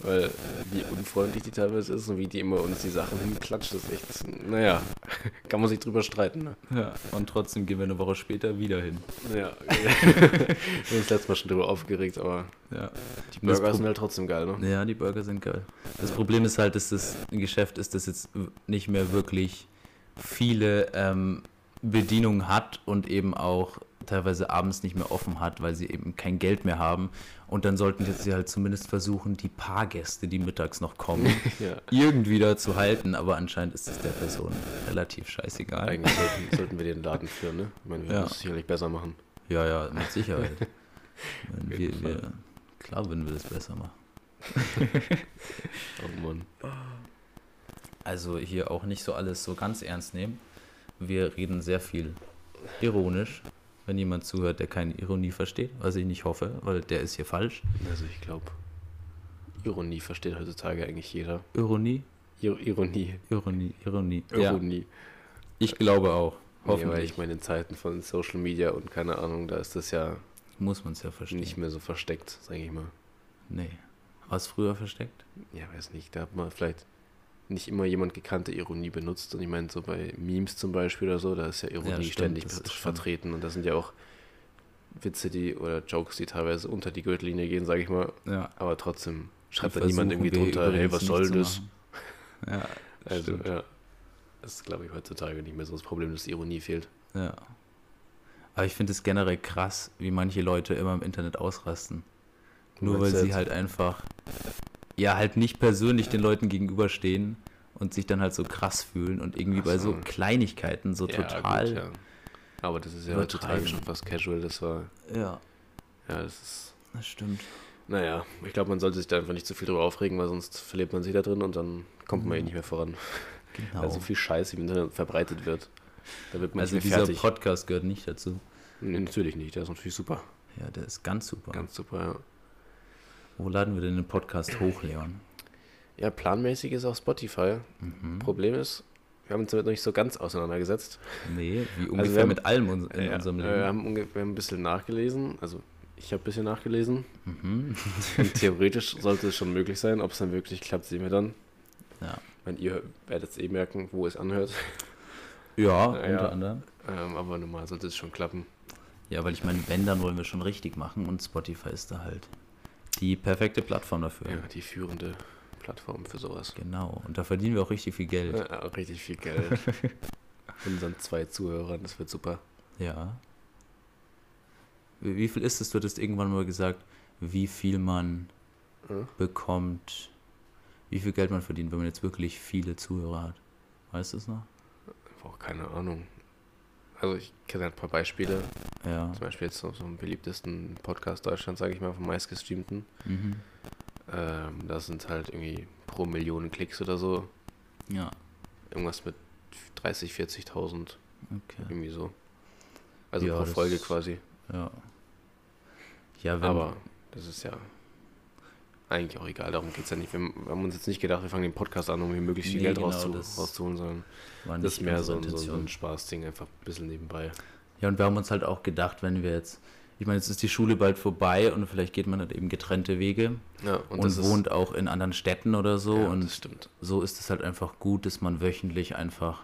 [SPEAKER 2] Weil, äh, wie unfreundlich die teilweise ist und wie die immer uns die Sachen hinklatscht, ist echt. Naja, kann man sich drüber streiten, ne?
[SPEAKER 1] Ja, und trotzdem gehen wir eine Woche später wieder hin.
[SPEAKER 2] Ja, wir haben uns letztes Mal schon drüber aufgeregt, aber
[SPEAKER 1] Ja, die
[SPEAKER 2] die Burger sind halt trotzdem geil, ne?
[SPEAKER 1] Ja, die Burger sind geil. Das Problem ist halt, dass das ein Geschäft ist, das jetzt nicht mehr wirklich viele ähm, Bedienungen hat und eben auch teilweise abends nicht mehr offen hat, weil sie eben kein Geld mehr haben. Und dann sollten jetzt sie halt zumindest versuchen, die paar Gäste, die mittags noch kommen,
[SPEAKER 2] Ja.
[SPEAKER 1] irgendwie da zu halten. Aber anscheinend ist es der Person relativ scheißegal.
[SPEAKER 2] Eigentlich sollten, sollten wir den Laden führen, ne? Ich meine, wir
[SPEAKER 1] Ja.
[SPEAKER 2] müssen es sicherlich besser machen.
[SPEAKER 1] Ja, ja, mit Sicherheit. Ich meine,
[SPEAKER 2] Auf jeden
[SPEAKER 1] wir,
[SPEAKER 2] Fall.
[SPEAKER 1] wir, klar würden wir das besser machen.
[SPEAKER 2] Oh Mann.
[SPEAKER 1] Also hier auch nicht so alles so ganz ernst nehmen. Wir reden sehr viel ironisch. Wenn jemand zuhört, der keine Ironie versteht, was ich nicht hoffe, weil der ist hier falsch.
[SPEAKER 2] Also ich glaube, Ironie versteht heutzutage eigentlich jeder.
[SPEAKER 1] Ironie,
[SPEAKER 2] Ir Ironie.
[SPEAKER 1] Ironie, Ironie. Ja,
[SPEAKER 2] Ironie.
[SPEAKER 1] ich glaube auch.
[SPEAKER 2] Nee, weil
[SPEAKER 1] Hoffentlich
[SPEAKER 2] ich meine, in Zeiten von Social Media und keine Ahnung, da ist das ja
[SPEAKER 1] muss man es ja verstehen.
[SPEAKER 2] nicht mehr so versteckt, sage ich mal.
[SPEAKER 1] Nee. War es früher versteckt?
[SPEAKER 2] Ja, weiß nicht, da hat man vielleicht nicht immer jemand gekannte Ironie benutzt. Und ich meine, so bei Memes zum Beispiel oder so, da ist ja Ironie
[SPEAKER 1] Ja, stimmt,
[SPEAKER 2] ständig
[SPEAKER 1] das ist schon-
[SPEAKER 2] vertreten. Und da sind ja auch Witze, die oder Jokes, die teilweise unter die Gürtellinie gehen, sage ich mal.
[SPEAKER 1] Ja.
[SPEAKER 2] Aber trotzdem schreibt
[SPEAKER 1] Die
[SPEAKER 2] da niemand
[SPEAKER 1] versuchen
[SPEAKER 2] irgendwie
[SPEAKER 1] wir
[SPEAKER 2] drunter, hey,
[SPEAKER 1] übrigens
[SPEAKER 2] was
[SPEAKER 1] nicht
[SPEAKER 2] soll
[SPEAKER 1] zu
[SPEAKER 2] das?
[SPEAKER 1] machen. Ja,
[SPEAKER 2] Also,
[SPEAKER 1] stimmt.
[SPEAKER 2] ja. Das ist, glaube ich, heutzutage nicht mehr so das Problem, dass die Ironie fehlt.
[SPEAKER 1] ja. Aber ich finde es generell krass, wie manche Leute immer im Internet ausrasten. Nur weil
[SPEAKER 2] Meinst du
[SPEAKER 1] sie
[SPEAKER 2] jetzt?
[SPEAKER 1] halt einfach, ja, halt nicht persönlich den Leuten gegenüberstehen und sich dann halt so krass fühlen und irgendwie
[SPEAKER 2] Ach
[SPEAKER 1] bei so
[SPEAKER 2] so.
[SPEAKER 1] Kleinigkeiten so
[SPEAKER 2] Ja,
[SPEAKER 1] total.
[SPEAKER 2] gut, ja. Aber das ist ja
[SPEAKER 1] übertreiben.
[SPEAKER 2] heutzutage schon fast casual. Das war,
[SPEAKER 1] ja.
[SPEAKER 2] ja, das ist,
[SPEAKER 1] das stimmt.
[SPEAKER 2] naja, ich glaube, man sollte sich da einfach nicht zu viel drüber aufregen, weil sonst verliert man sich da drin und dann kommt man eh nicht mehr voran.
[SPEAKER 1] Mhm. Genau.
[SPEAKER 2] Weil so viel Scheiß im Internet verbreitet wird. Da wird man
[SPEAKER 1] also
[SPEAKER 2] nicht
[SPEAKER 1] dieser
[SPEAKER 2] mehr fertig.
[SPEAKER 1] Podcast gehört nicht dazu.
[SPEAKER 2] nee, natürlich nicht, der ist natürlich super.
[SPEAKER 1] Ja, der ist ganz super.
[SPEAKER 2] Ganz super, ja.
[SPEAKER 1] Wo laden wir denn den Podcast hoch, Leon?
[SPEAKER 2] Ja, planmäßig ist auf Spotify.
[SPEAKER 1] Mhm.
[SPEAKER 2] Problem ist, wir haben uns damit noch nicht so ganz auseinandergesetzt.
[SPEAKER 1] Nee, wie ungefähr
[SPEAKER 2] Also, wir haben-
[SPEAKER 1] mit allem uns- in
[SPEAKER 2] ja,
[SPEAKER 1] unserem
[SPEAKER 2] äh, Wir
[SPEAKER 1] Leben.
[SPEAKER 2] haben, unge- wir haben ein bisschen nachgelesen, also ich habe ein bisschen nachgelesen.
[SPEAKER 1] Mhm.
[SPEAKER 2] Und theoretisch sollte es schon möglich sein. Ob es dann wirklich klappt, sehen wir dann.
[SPEAKER 1] Ja.
[SPEAKER 2] Ich meine, ihr werdet es eh merken, wo es anhört.
[SPEAKER 1] Ja,
[SPEAKER 2] Ja,
[SPEAKER 1] unter
[SPEAKER 2] ja.
[SPEAKER 1] anderem.
[SPEAKER 2] Ähm, aber normal sollte es schon klappen.
[SPEAKER 1] Ja, weil ich meine, wenn, dann wollen wir schon richtig machen und Spotify ist da halt die perfekte Plattform dafür.
[SPEAKER 2] Ja, die führende Plattform für sowas.
[SPEAKER 1] Genau. Und da verdienen wir auch richtig viel Geld.
[SPEAKER 2] Ja, auch richtig viel Geld. Unseren zwei Zuhörern, das wird super.
[SPEAKER 1] Ja. Wie wie viel ist es? Du hattest irgendwann mal gesagt, wie viel man
[SPEAKER 2] Ja.
[SPEAKER 1] bekommt, wie viel Geld man verdient, wenn man jetzt wirklich viele Zuhörer hat. Weißt du es noch?
[SPEAKER 2] Boah, keine Ahnung. Also ich kenne ein paar Beispiele.
[SPEAKER 1] Ja.
[SPEAKER 2] Zum Beispiel jetzt auf so einem beliebtesten Podcast Deutschlands, sage ich mal, vom meistgestreamten.
[SPEAKER 1] Mhm.
[SPEAKER 2] Ähm, das sind halt irgendwie pro Millionen Klicks oder so.
[SPEAKER 1] Ja,
[SPEAKER 2] Irgendwas mit 30, 40.000.
[SPEAKER 1] okay.
[SPEAKER 2] Irgendwie so. Also
[SPEAKER 1] Ja,
[SPEAKER 2] pro
[SPEAKER 1] das-
[SPEAKER 2] Folge quasi.
[SPEAKER 1] Ja. Ja, wenn,
[SPEAKER 2] Aber das ist ja eigentlich auch egal, darum geht es ja nicht. Wir, wir haben uns jetzt nicht gedacht, wir fangen den Podcast an, um hier möglichst viel
[SPEAKER 1] Nee,
[SPEAKER 2] Geld
[SPEAKER 1] genau,
[SPEAKER 2] rauszu
[SPEAKER 1] das-
[SPEAKER 2] rauszuholen, sondern
[SPEAKER 1] war
[SPEAKER 2] das ist mehr so,
[SPEAKER 1] unsere
[SPEAKER 2] ein- so, ein- so
[SPEAKER 1] Intention.
[SPEAKER 2] ein Spaßding, einfach ein bisschen nebenbei.
[SPEAKER 1] Ja, und wir haben uns halt auch gedacht, wenn wir jetzt, ich meine, jetzt ist die Schule bald vorbei und vielleicht geht man halt eben getrennte Wege
[SPEAKER 2] Ja,
[SPEAKER 1] und,
[SPEAKER 2] das ist-
[SPEAKER 1] wohnt auch in anderen Städten oder so.
[SPEAKER 2] ja,
[SPEAKER 1] und
[SPEAKER 2] das stimmt.
[SPEAKER 1] so ist es halt einfach gut, dass man wöchentlich einfach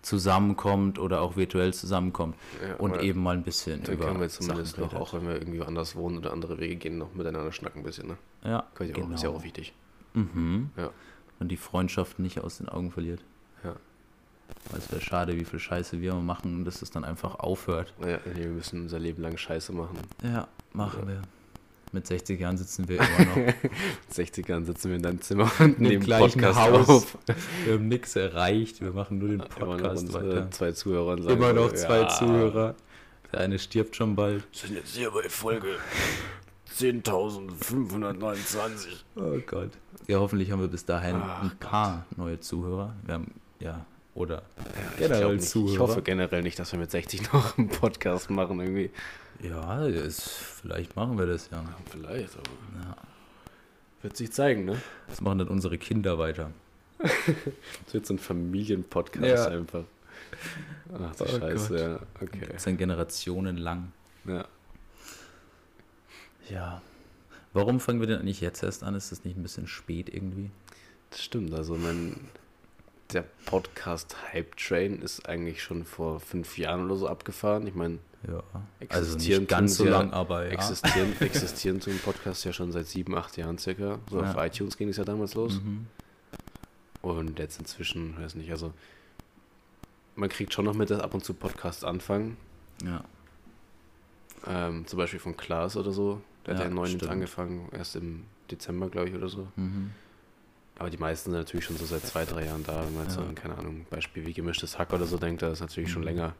[SPEAKER 1] zusammenkommt oder auch virtuell zusammenkommt
[SPEAKER 2] Ja,
[SPEAKER 1] und
[SPEAKER 2] aber
[SPEAKER 1] eben mal ein bisschen
[SPEAKER 2] Dann
[SPEAKER 1] über
[SPEAKER 2] können wir
[SPEAKER 1] Sachen
[SPEAKER 2] zumindest noch,
[SPEAKER 1] redet.
[SPEAKER 2] auch wenn wir irgendwie anders wohnen oder andere Wege gehen, noch miteinander schnacken ein bisschen. Ne?
[SPEAKER 1] ja, genau.
[SPEAKER 2] Kann ich auch, Ist ja auch wichtig.
[SPEAKER 1] Mhm.
[SPEAKER 2] Ja.
[SPEAKER 1] Und die Freundschaft nicht aus den Augen verliert.
[SPEAKER 2] Ja.
[SPEAKER 1] Weil es wäre schade, wie viel Scheiße wir machen und dass es dann einfach aufhört.
[SPEAKER 2] Ja, nee, wir müssen unser Leben lang Scheiße machen.
[SPEAKER 1] Ja, machen wir. Mit 60 Jahren sitzen wir immer noch
[SPEAKER 2] 60ern sitzen wir in deinem Zimmer und
[SPEAKER 1] im
[SPEAKER 2] nehmen
[SPEAKER 1] gleichen
[SPEAKER 2] Podcast
[SPEAKER 1] Haus.
[SPEAKER 2] auf.
[SPEAKER 1] Wir haben nichts erreicht, wir machen nur den
[SPEAKER 2] immer noch
[SPEAKER 1] Podcast
[SPEAKER 2] unsere
[SPEAKER 1] weiter.
[SPEAKER 2] zwei Zuhörer. und sagen
[SPEAKER 1] Immer noch
[SPEAKER 2] so,
[SPEAKER 1] zwei
[SPEAKER 2] ja,
[SPEAKER 1] Zuhörer. Der eine stirbt schon bald.
[SPEAKER 3] sind jetzt hier bei Folge 10.529.
[SPEAKER 1] Oh Gott. Ja, hoffentlich haben wir bis dahin
[SPEAKER 2] Ach
[SPEAKER 1] ein paar neue Zuhörer. Wir haben, ja, oder
[SPEAKER 2] Ich, glaub nicht, ich
[SPEAKER 1] Zuhörer.
[SPEAKER 2] hoffe generell nicht, dass wir mit 60 noch einen Podcast machen irgendwie.
[SPEAKER 1] Ja, ist, vielleicht machen wir das ja.
[SPEAKER 2] Vielleicht, aber. Wird sich zeigen, ne?
[SPEAKER 1] Das machen dann unsere Kinder weiter.
[SPEAKER 2] Das wird so ein Familienpodcast
[SPEAKER 1] Ja.
[SPEAKER 2] einfach. Ach du
[SPEAKER 1] Oh
[SPEAKER 2] Scheiße,
[SPEAKER 1] Gott.
[SPEAKER 2] ja. Okay.
[SPEAKER 1] Das sind Generationen lang.
[SPEAKER 2] Ja.
[SPEAKER 1] Ja. Warum fangen wir denn eigentlich jetzt erst an? Ist das nicht ein bisschen spät irgendwie?
[SPEAKER 2] Das stimmt, also mein, der Podcast Hype Train ist eigentlich schon vor fünf Jahren oder so abgefahren. Ich meine,
[SPEAKER 1] Ja. Also
[SPEAKER 2] Existieren
[SPEAKER 1] nicht ganz so
[SPEAKER 2] tun's ja.
[SPEAKER 1] lang, aber ja.
[SPEAKER 2] existieren, existieren zum Podcast ja schon seit sieben, acht Jahren circa. So
[SPEAKER 1] Ja.
[SPEAKER 2] auf iTunes ging es ja damals los.
[SPEAKER 1] Mhm.
[SPEAKER 2] Und jetzt inzwischen, weiß nicht, also man kriegt schon noch mit, dass ab und zu Podcasts anfangen.
[SPEAKER 1] Ja.
[SPEAKER 2] Ähm, zum Beispiel von Klaas oder so. Der hat
[SPEAKER 1] Ja,
[SPEAKER 2] ja neun jetzt
[SPEAKER 1] stimmt.
[SPEAKER 2] angefangen, erst im Dezember, glaube ich, oder so.
[SPEAKER 1] Mhm.
[SPEAKER 2] Aber die meisten sind natürlich schon so seit zwei, drei Jahren da. Wenn man jetzt
[SPEAKER 1] Ja.
[SPEAKER 2] so an, keine Ahnung, Beispiel wie gemischtes Hack oder so denkt, da ist natürlich schon
[SPEAKER 1] Mhm.
[SPEAKER 2] länger,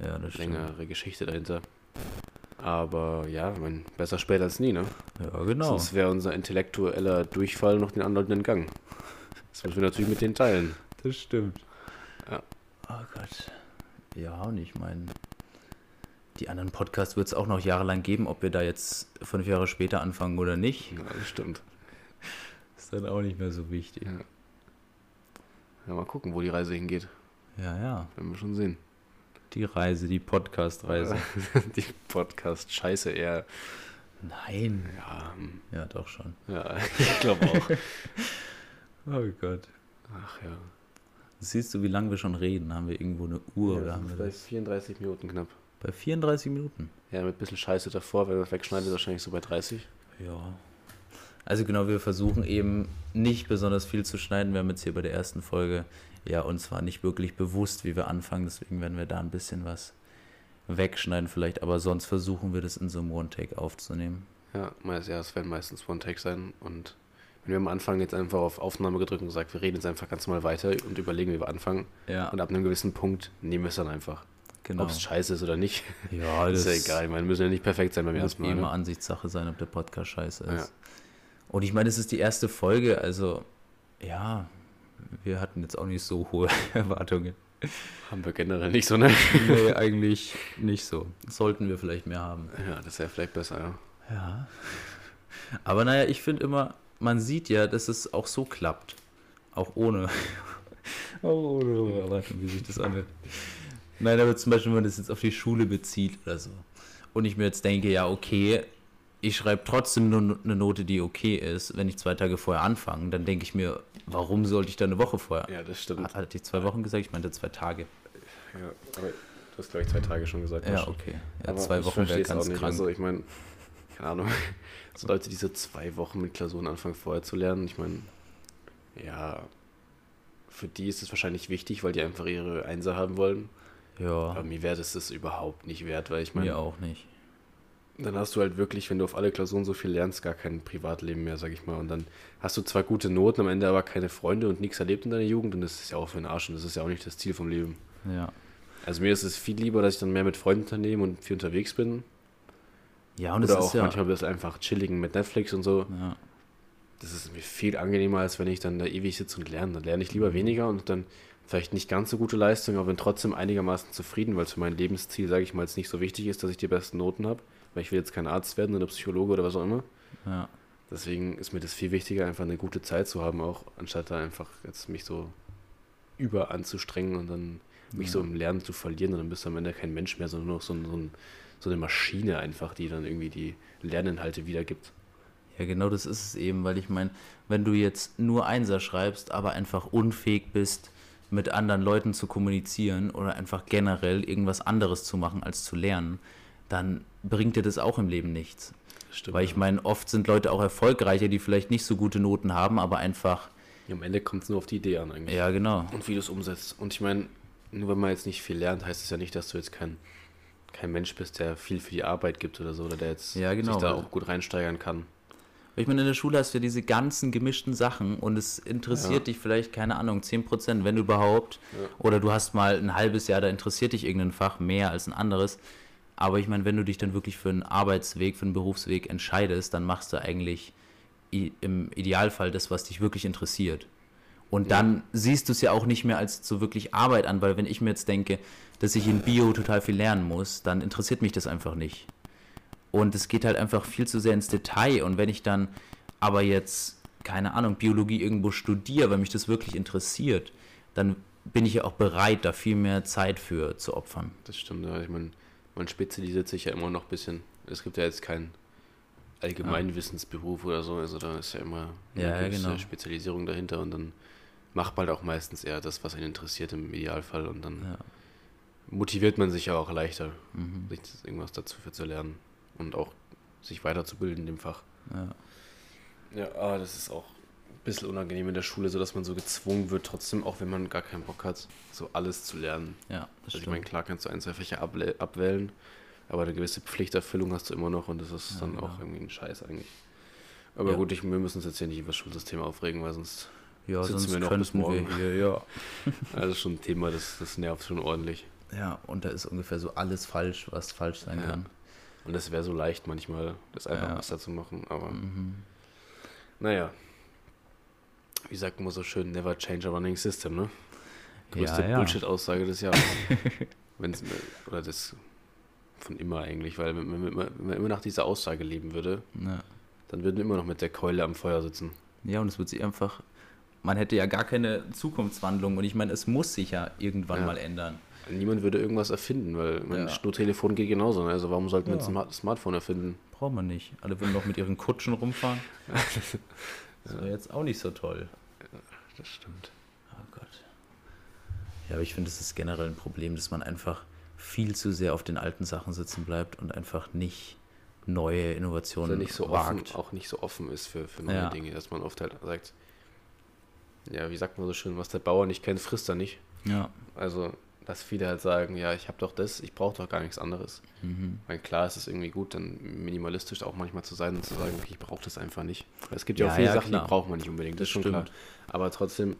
[SPEAKER 1] Ja, das stimmt.
[SPEAKER 2] längere Geschichte dahinter. Aber ja, ich mein, besser spät als nie, ne?
[SPEAKER 1] Ja, genau.
[SPEAKER 2] Sonst wäre unser intellektueller Durchfall noch den anderen entgangen. Das müssen wir natürlich mit denen teilen.
[SPEAKER 1] Das stimmt.
[SPEAKER 2] Ja.
[SPEAKER 1] Oh Gott. Ja, und ich meine, die anderen Podcasts wird es auch noch jahrelang geben, ob wir da jetzt fünf Jahre später anfangen oder nicht.
[SPEAKER 2] Ja, das stimmt.
[SPEAKER 1] Ist dann auch nicht mehr so wichtig.
[SPEAKER 2] Ja. Ja, mal gucken, wo die Reise hingeht.
[SPEAKER 1] Ja, ja.
[SPEAKER 2] Werden wir schon sehen.
[SPEAKER 1] Die Reise, die Podcast-Reise.
[SPEAKER 2] Die Podcast-Scheiße eher.
[SPEAKER 1] Nein.
[SPEAKER 2] Ja, hm,
[SPEAKER 1] Ja, doch schon.
[SPEAKER 2] ja ich glaube auch.
[SPEAKER 1] Oh Gott.
[SPEAKER 2] Ach ja.
[SPEAKER 1] Siehst du, wie lange wir schon reden? Haben wir irgendwo eine Uhr
[SPEAKER 2] ja
[SPEAKER 1] oder
[SPEAKER 2] das
[SPEAKER 1] haben wir
[SPEAKER 2] ist bei
[SPEAKER 1] das?
[SPEAKER 2] 34 Minuten knapp.
[SPEAKER 1] Bei 34 Minuten.
[SPEAKER 2] Ja, mit ein bisschen Scheiße davor, wenn man es wegschneidet, wahrscheinlich so bei 30.
[SPEAKER 1] Ja. Also genau, wir versuchen eben nicht besonders viel zu schneiden. Wir haben jetzt hier bei der ersten Folge ja uns war nicht wirklich bewusst, wie wir anfangen. Deswegen werden wir da ein bisschen was wegschneiden vielleicht. Aber sonst versuchen wir das in so einem One-Take aufzunehmen.
[SPEAKER 2] Ja, meist, ja, es werden meistens One-Take sein. Und wenn wir am Anfang jetzt einfach auf Aufnahme gedrückt und gesagt, wir reden jetzt einfach ganz normal weiter und überlegen, wie wir anfangen.
[SPEAKER 1] Ja,
[SPEAKER 2] Und ab einem gewissen Punkt nehmen wir es dann einfach.
[SPEAKER 1] genau.
[SPEAKER 2] Ob es scheiße ist oder nicht,
[SPEAKER 1] ja, das
[SPEAKER 2] ist ja egal. Ich meine, wir müssen ja nicht perfekt sein beim
[SPEAKER 1] Muss
[SPEAKER 2] ersten Mal.
[SPEAKER 1] immer
[SPEAKER 2] Ne?
[SPEAKER 1] Ansichtssache sein, ob der Podcast scheiße
[SPEAKER 2] Ja.
[SPEAKER 1] ist. Und ich meine, es ist die erste Folge, also ja, wir hatten jetzt auch nicht so hohe Erwartungen.
[SPEAKER 2] Haben wir generell nicht so, ne?
[SPEAKER 1] Nee, eigentlich nicht so. Sollten wir vielleicht mehr haben.
[SPEAKER 2] Ja, das wäre vielleicht besser, ja.
[SPEAKER 1] Ja. Aber naja, ich finde immer, man sieht ja, dass es auch so klappt. Auch ohne. auch ohne Überraschung, wie sich das anhört. Nein, aber zum Beispiel, wenn man das jetzt auf die Schule bezieht oder so. Und ich mir jetzt denke, ja, okay, ich schreibe trotzdem nur eine Note, die okay ist, wenn ich zwei Tage vorher anfange, dann denke ich mir, warum sollte ich da eine Woche vorher?
[SPEAKER 2] Ja, das stimmt.
[SPEAKER 1] Hatte ich zwei Wochen gesagt? Ich meinte zwei Tage.
[SPEAKER 2] Ja, aber du hast, glaube ich, zwei Tage schon gesagt.
[SPEAKER 1] Ja,
[SPEAKER 2] Masch.
[SPEAKER 1] okay. Ja,
[SPEAKER 2] Aber
[SPEAKER 1] zwei
[SPEAKER 2] ich
[SPEAKER 1] Wochen wäre
[SPEAKER 2] versteh's auch
[SPEAKER 1] ganz
[SPEAKER 2] nicht.
[SPEAKER 1] krank.
[SPEAKER 2] Also, ich meine, keine Ahnung. So Leute, die so zwei Wochen mit Klausuren anfangen vorher zu lernen, ich meine, ja, für die ist es wahrscheinlich wichtig, weil die einfach ihre Einser haben wollen. Aber
[SPEAKER 1] ja,
[SPEAKER 2] mir wäre das das überhaupt nicht wert, weil ich
[SPEAKER 1] mir
[SPEAKER 2] meine,
[SPEAKER 1] auch nicht.
[SPEAKER 2] dann hast du halt wirklich, wenn du auf alle Klausuren so viel lernst, gar kein Privatleben mehr, sag ich mal. Und dann hast du zwar gute Noten, am Ende aber keine Freunde und nichts erlebt in deiner Jugend und das ist ja auch für den Arsch und das ist ja auch nicht das Ziel vom Leben.
[SPEAKER 1] Ja.
[SPEAKER 2] Also mir ist es viel lieber, dass ich dann mehr mit Freunden unternehme und viel unterwegs bin.
[SPEAKER 1] Ja, und es
[SPEAKER 2] Oder auch
[SPEAKER 1] ist ja.
[SPEAKER 2] manchmal das einfach chilligen mit Netflix und so.
[SPEAKER 1] ja.
[SPEAKER 2] Das ist mir viel angenehmer, als wenn ich dann da ewig sitze und lerne. Dann lerne ich lieber weniger und dann vielleicht nicht ganz so gute Leistung, aber bin trotzdem einigermaßen zufrieden, weil es für mein Lebensziel, sage ich mal, jetzt nicht so wichtig ist, dass ich die besten Noten habe. Weil ich will jetzt kein Arzt werden oder Psychologe oder was auch immer.
[SPEAKER 1] Ja.
[SPEAKER 2] Deswegen ist mir das viel wichtiger, einfach eine gute Zeit zu haben, auch anstatt da einfach jetzt mich so über anzustrengen und dann mich
[SPEAKER 1] Ja.
[SPEAKER 2] so im Lernen zu verlieren. Und dann bist du am Ende kein Mensch mehr, sondern nur noch so, ein, so, ein, so eine Maschine einfach, die dann irgendwie die Lerninhalte wiedergibt.
[SPEAKER 1] Ja, genau das ist es eben, weil ich meine, wenn du jetzt nur Einser schreibst, aber einfach unfähig bist, mit anderen Leuten zu kommunizieren oder einfach generell irgendwas anderes zu machen als zu lernen, dann bringt dir das auch im Leben nichts.
[SPEAKER 2] Stimmt.
[SPEAKER 1] Weil ich meine, oft sind Leute auch erfolgreicher, die vielleicht nicht so gute Noten haben, aber einfach,
[SPEAKER 2] Am Ende kommt es nur auf die Idee an eigentlich.
[SPEAKER 1] ja genau,
[SPEAKER 2] Und wie du es umsetzt. Und ich meine, nur wenn man jetzt nicht viel lernt, heißt es ja nicht, dass du jetzt kein, kein Mensch bist, der viel für die Arbeit gibt oder so, oder der jetzt
[SPEAKER 1] Ja, genau,
[SPEAKER 2] sich da
[SPEAKER 1] weil-
[SPEAKER 2] auch gut reinsteigern kann.
[SPEAKER 1] Weil Ich meine, in der Schule hast du ja diese ganzen gemischten Sachen und es interessiert dich vielleicht, keine Ahnung, 10%, wenn überhaupt. Oder du hast mal ein halbes Jahr, da interessiert dich irgendein Fach mehr als ein anderes. Aber ich meine, wenn du dich dann wirklich für einen Arbeitsweg, für einen Berufsweg entscheidest, dann machst du eigentlich i- im Idealfall das, was dich wirklich interessiert. Und dann siehst du es ja auch nicht mehr als so wirklich Arbeit an, weil wenn ich mir jetzt denke, dass ich in Bio total viel lernen muss, dann interessiert mich das einfach nicht. Und es geht halt einfach viel zu sehr ins Detail. Und wenn ich dann aber jetzt, keine Ahnung, Biologie irgendwo studiere, weil mich das wirklich interessiert, dann bin ich ja auch bereit, da viel mehr Zeit für zu opfern.
[SPEAKER 2] Das stimmt, ja. Ich meine, man spezialisiert sich ja immer noch ein bisschen. Es gibt ja jetzt keinen Allgemeinwissensberuf oder so. Also da ist ja immer eine
[SPEAKER 1] Ja, ja,
[SPEAKER 2] gewisse
[SPEAKER 1] genau.
[SPEAKER 2] Spezialisierung dahinter und dann macht man halt auch meistens eher das, was einen interessiert im Idealfall und dann
[SPEAKER 1] Ja. Mhm.
[SPEAKER 2] motiviert man sich ja auch leichter, sich das- irgendwas dazu für zu lernen und auch sich weiterzubilden in dem Fach.
[SPEAKER 1] Ja.
[SPEAKER 2] Ja, aber das ist auch ein bisschen unangenehm in der Schule, so dass man so gezwungen wird, trotzdem, auch wenn man gar keinen Bock hat, so alles zu lernen.
[SPEAKER 1] Ja, das
[SPEAKER 2] Also ich
[SPEAKER 1] stimmt.
[SPEAKER 2] meine, klar kannst du ein, zwei Fächer ablä- abwählen, aber eine gewisse Pflichterfüllung hast du immer noch und das ist dann
[SPEAKER 1] genau.
[SPEAKER 2] auch irgendwie ein Scheiß eigentlich. Aber
[SPEAKER 1] Ja.
[SPEAKER 2] gut, ich, wir müssen uns jetzt hier nicht über das Schulsystem aufregen, weil sonst
[SPEAKER 1] ja,
[SPEAKER 2] sitzen
[SPEAKER 1] sonst
[SPEAKER 2] wir noch bis
[SPEAKER 1] könnten wir
[SPEAKER 2] morgen.
[SPEAKER 1] hier, ja.
[SPEAKER 2] also schon ein Thema, das, das nervt schon ordentlich.
[SPEAKER 1] Ja, und da ist ungefähr so alles falsch, was falsch sein
[SPEAKER 2] Ja.
[SPEAKER 1] kann.
[SPEAKER 2] Und das wäre so leicht manchmal, das einfach
[SPEAKER 1] Ja. Mhm.
[SPEAKER 2] besser zu machen, aber naja. Wie sagt man so schön, never change a running system, ne? Größte
[SPEAKER 1] ja, ja.
[SPEAKER 2] Bullshit-Aussage des Jahres. Wenn's, äh, oder des von immer eigentlich, weil wenn, wenn, wenn man- wenn man immer nach dieser Aussage leben würde,
[SPEAKER 1] Ja.
[SPEAKER 2] dann würden wir immer noch mit der Keule am Feuer sitzen.
[SPEAKER 1] ja, und es wird sich einfach, man hätte ja gar keine Zukunftswandlung. Und ich meine, es muss sich ja irgendwann
[SPEAKER 2] Ja.
[SPEAKER 1] mal ändern.
[SPEAKER 2] Niemand würde irgendwas erfinden, weil mein
[SPEAKER 1] Ja.
[SPEAKER 2] Schnurtelefon geht genauso. ne? Also warum sollten wir
[SPEAKER 1] Ja.
[SPEAKER 2] ein Smart Smartphone erfinden?
[SPEAKER 1] Braucht man nicht. Alle würden doch mit ihren Kutschen rumfahren. Das wäre jetzt auch nicht so toll.
[SPEAKER 2] Das stimmt.
[SPEAKER 1] Oh Gott. Ja, aber ich finde, es ist generell ein Problem, dass man einfach viel zu sehr auf den alten Sachen sitzen bleibt und einfach nicht neue
[SPEAKER 2] Dass er
[SPEAKER 1] Innovationen
[SPEAKER 2] nicht so offen,
[SPEAKER 1] wagt.
[SPEAKER 2] auch nicht so offen ist für, für neue
[SPEAKER 1] Ja.
[SPEAKER 2] Dinge, dass man oft halt sagt, ja, wie sagt man so schön, was der Bauer nicht kennt, frisst er nicht.
[SPEAKER 1] Ja,
[SPEAKER 2] Also, dass viele halt sagen, ja, ich habe doch das, ich brauche doch gar nichts anderes.
[SPEAKER 1] Mhm.
[SPEAKER 2] Weil klar ist es irgendwie gut, dann minimalistisch auch manchmal zu sein und zu sagen, okay, ich brauche das einfach nicht. Weil es gibt ja,
[SPEAKER 1] Ja,
[SPEAKER 2] auch viele
[SPEAKER 1] ja,
[SPEAKER 2] Sachen,
[SPEAKER 1] klar.
[SPEAKER 2] die braucht man nicht unbedingt, das,
[SPEAKER 1] Das
[SPEAKER 2] ist schon
[SPEAKER 1] stimmt.
[SPEAKER 2] klar. Aber trotzdem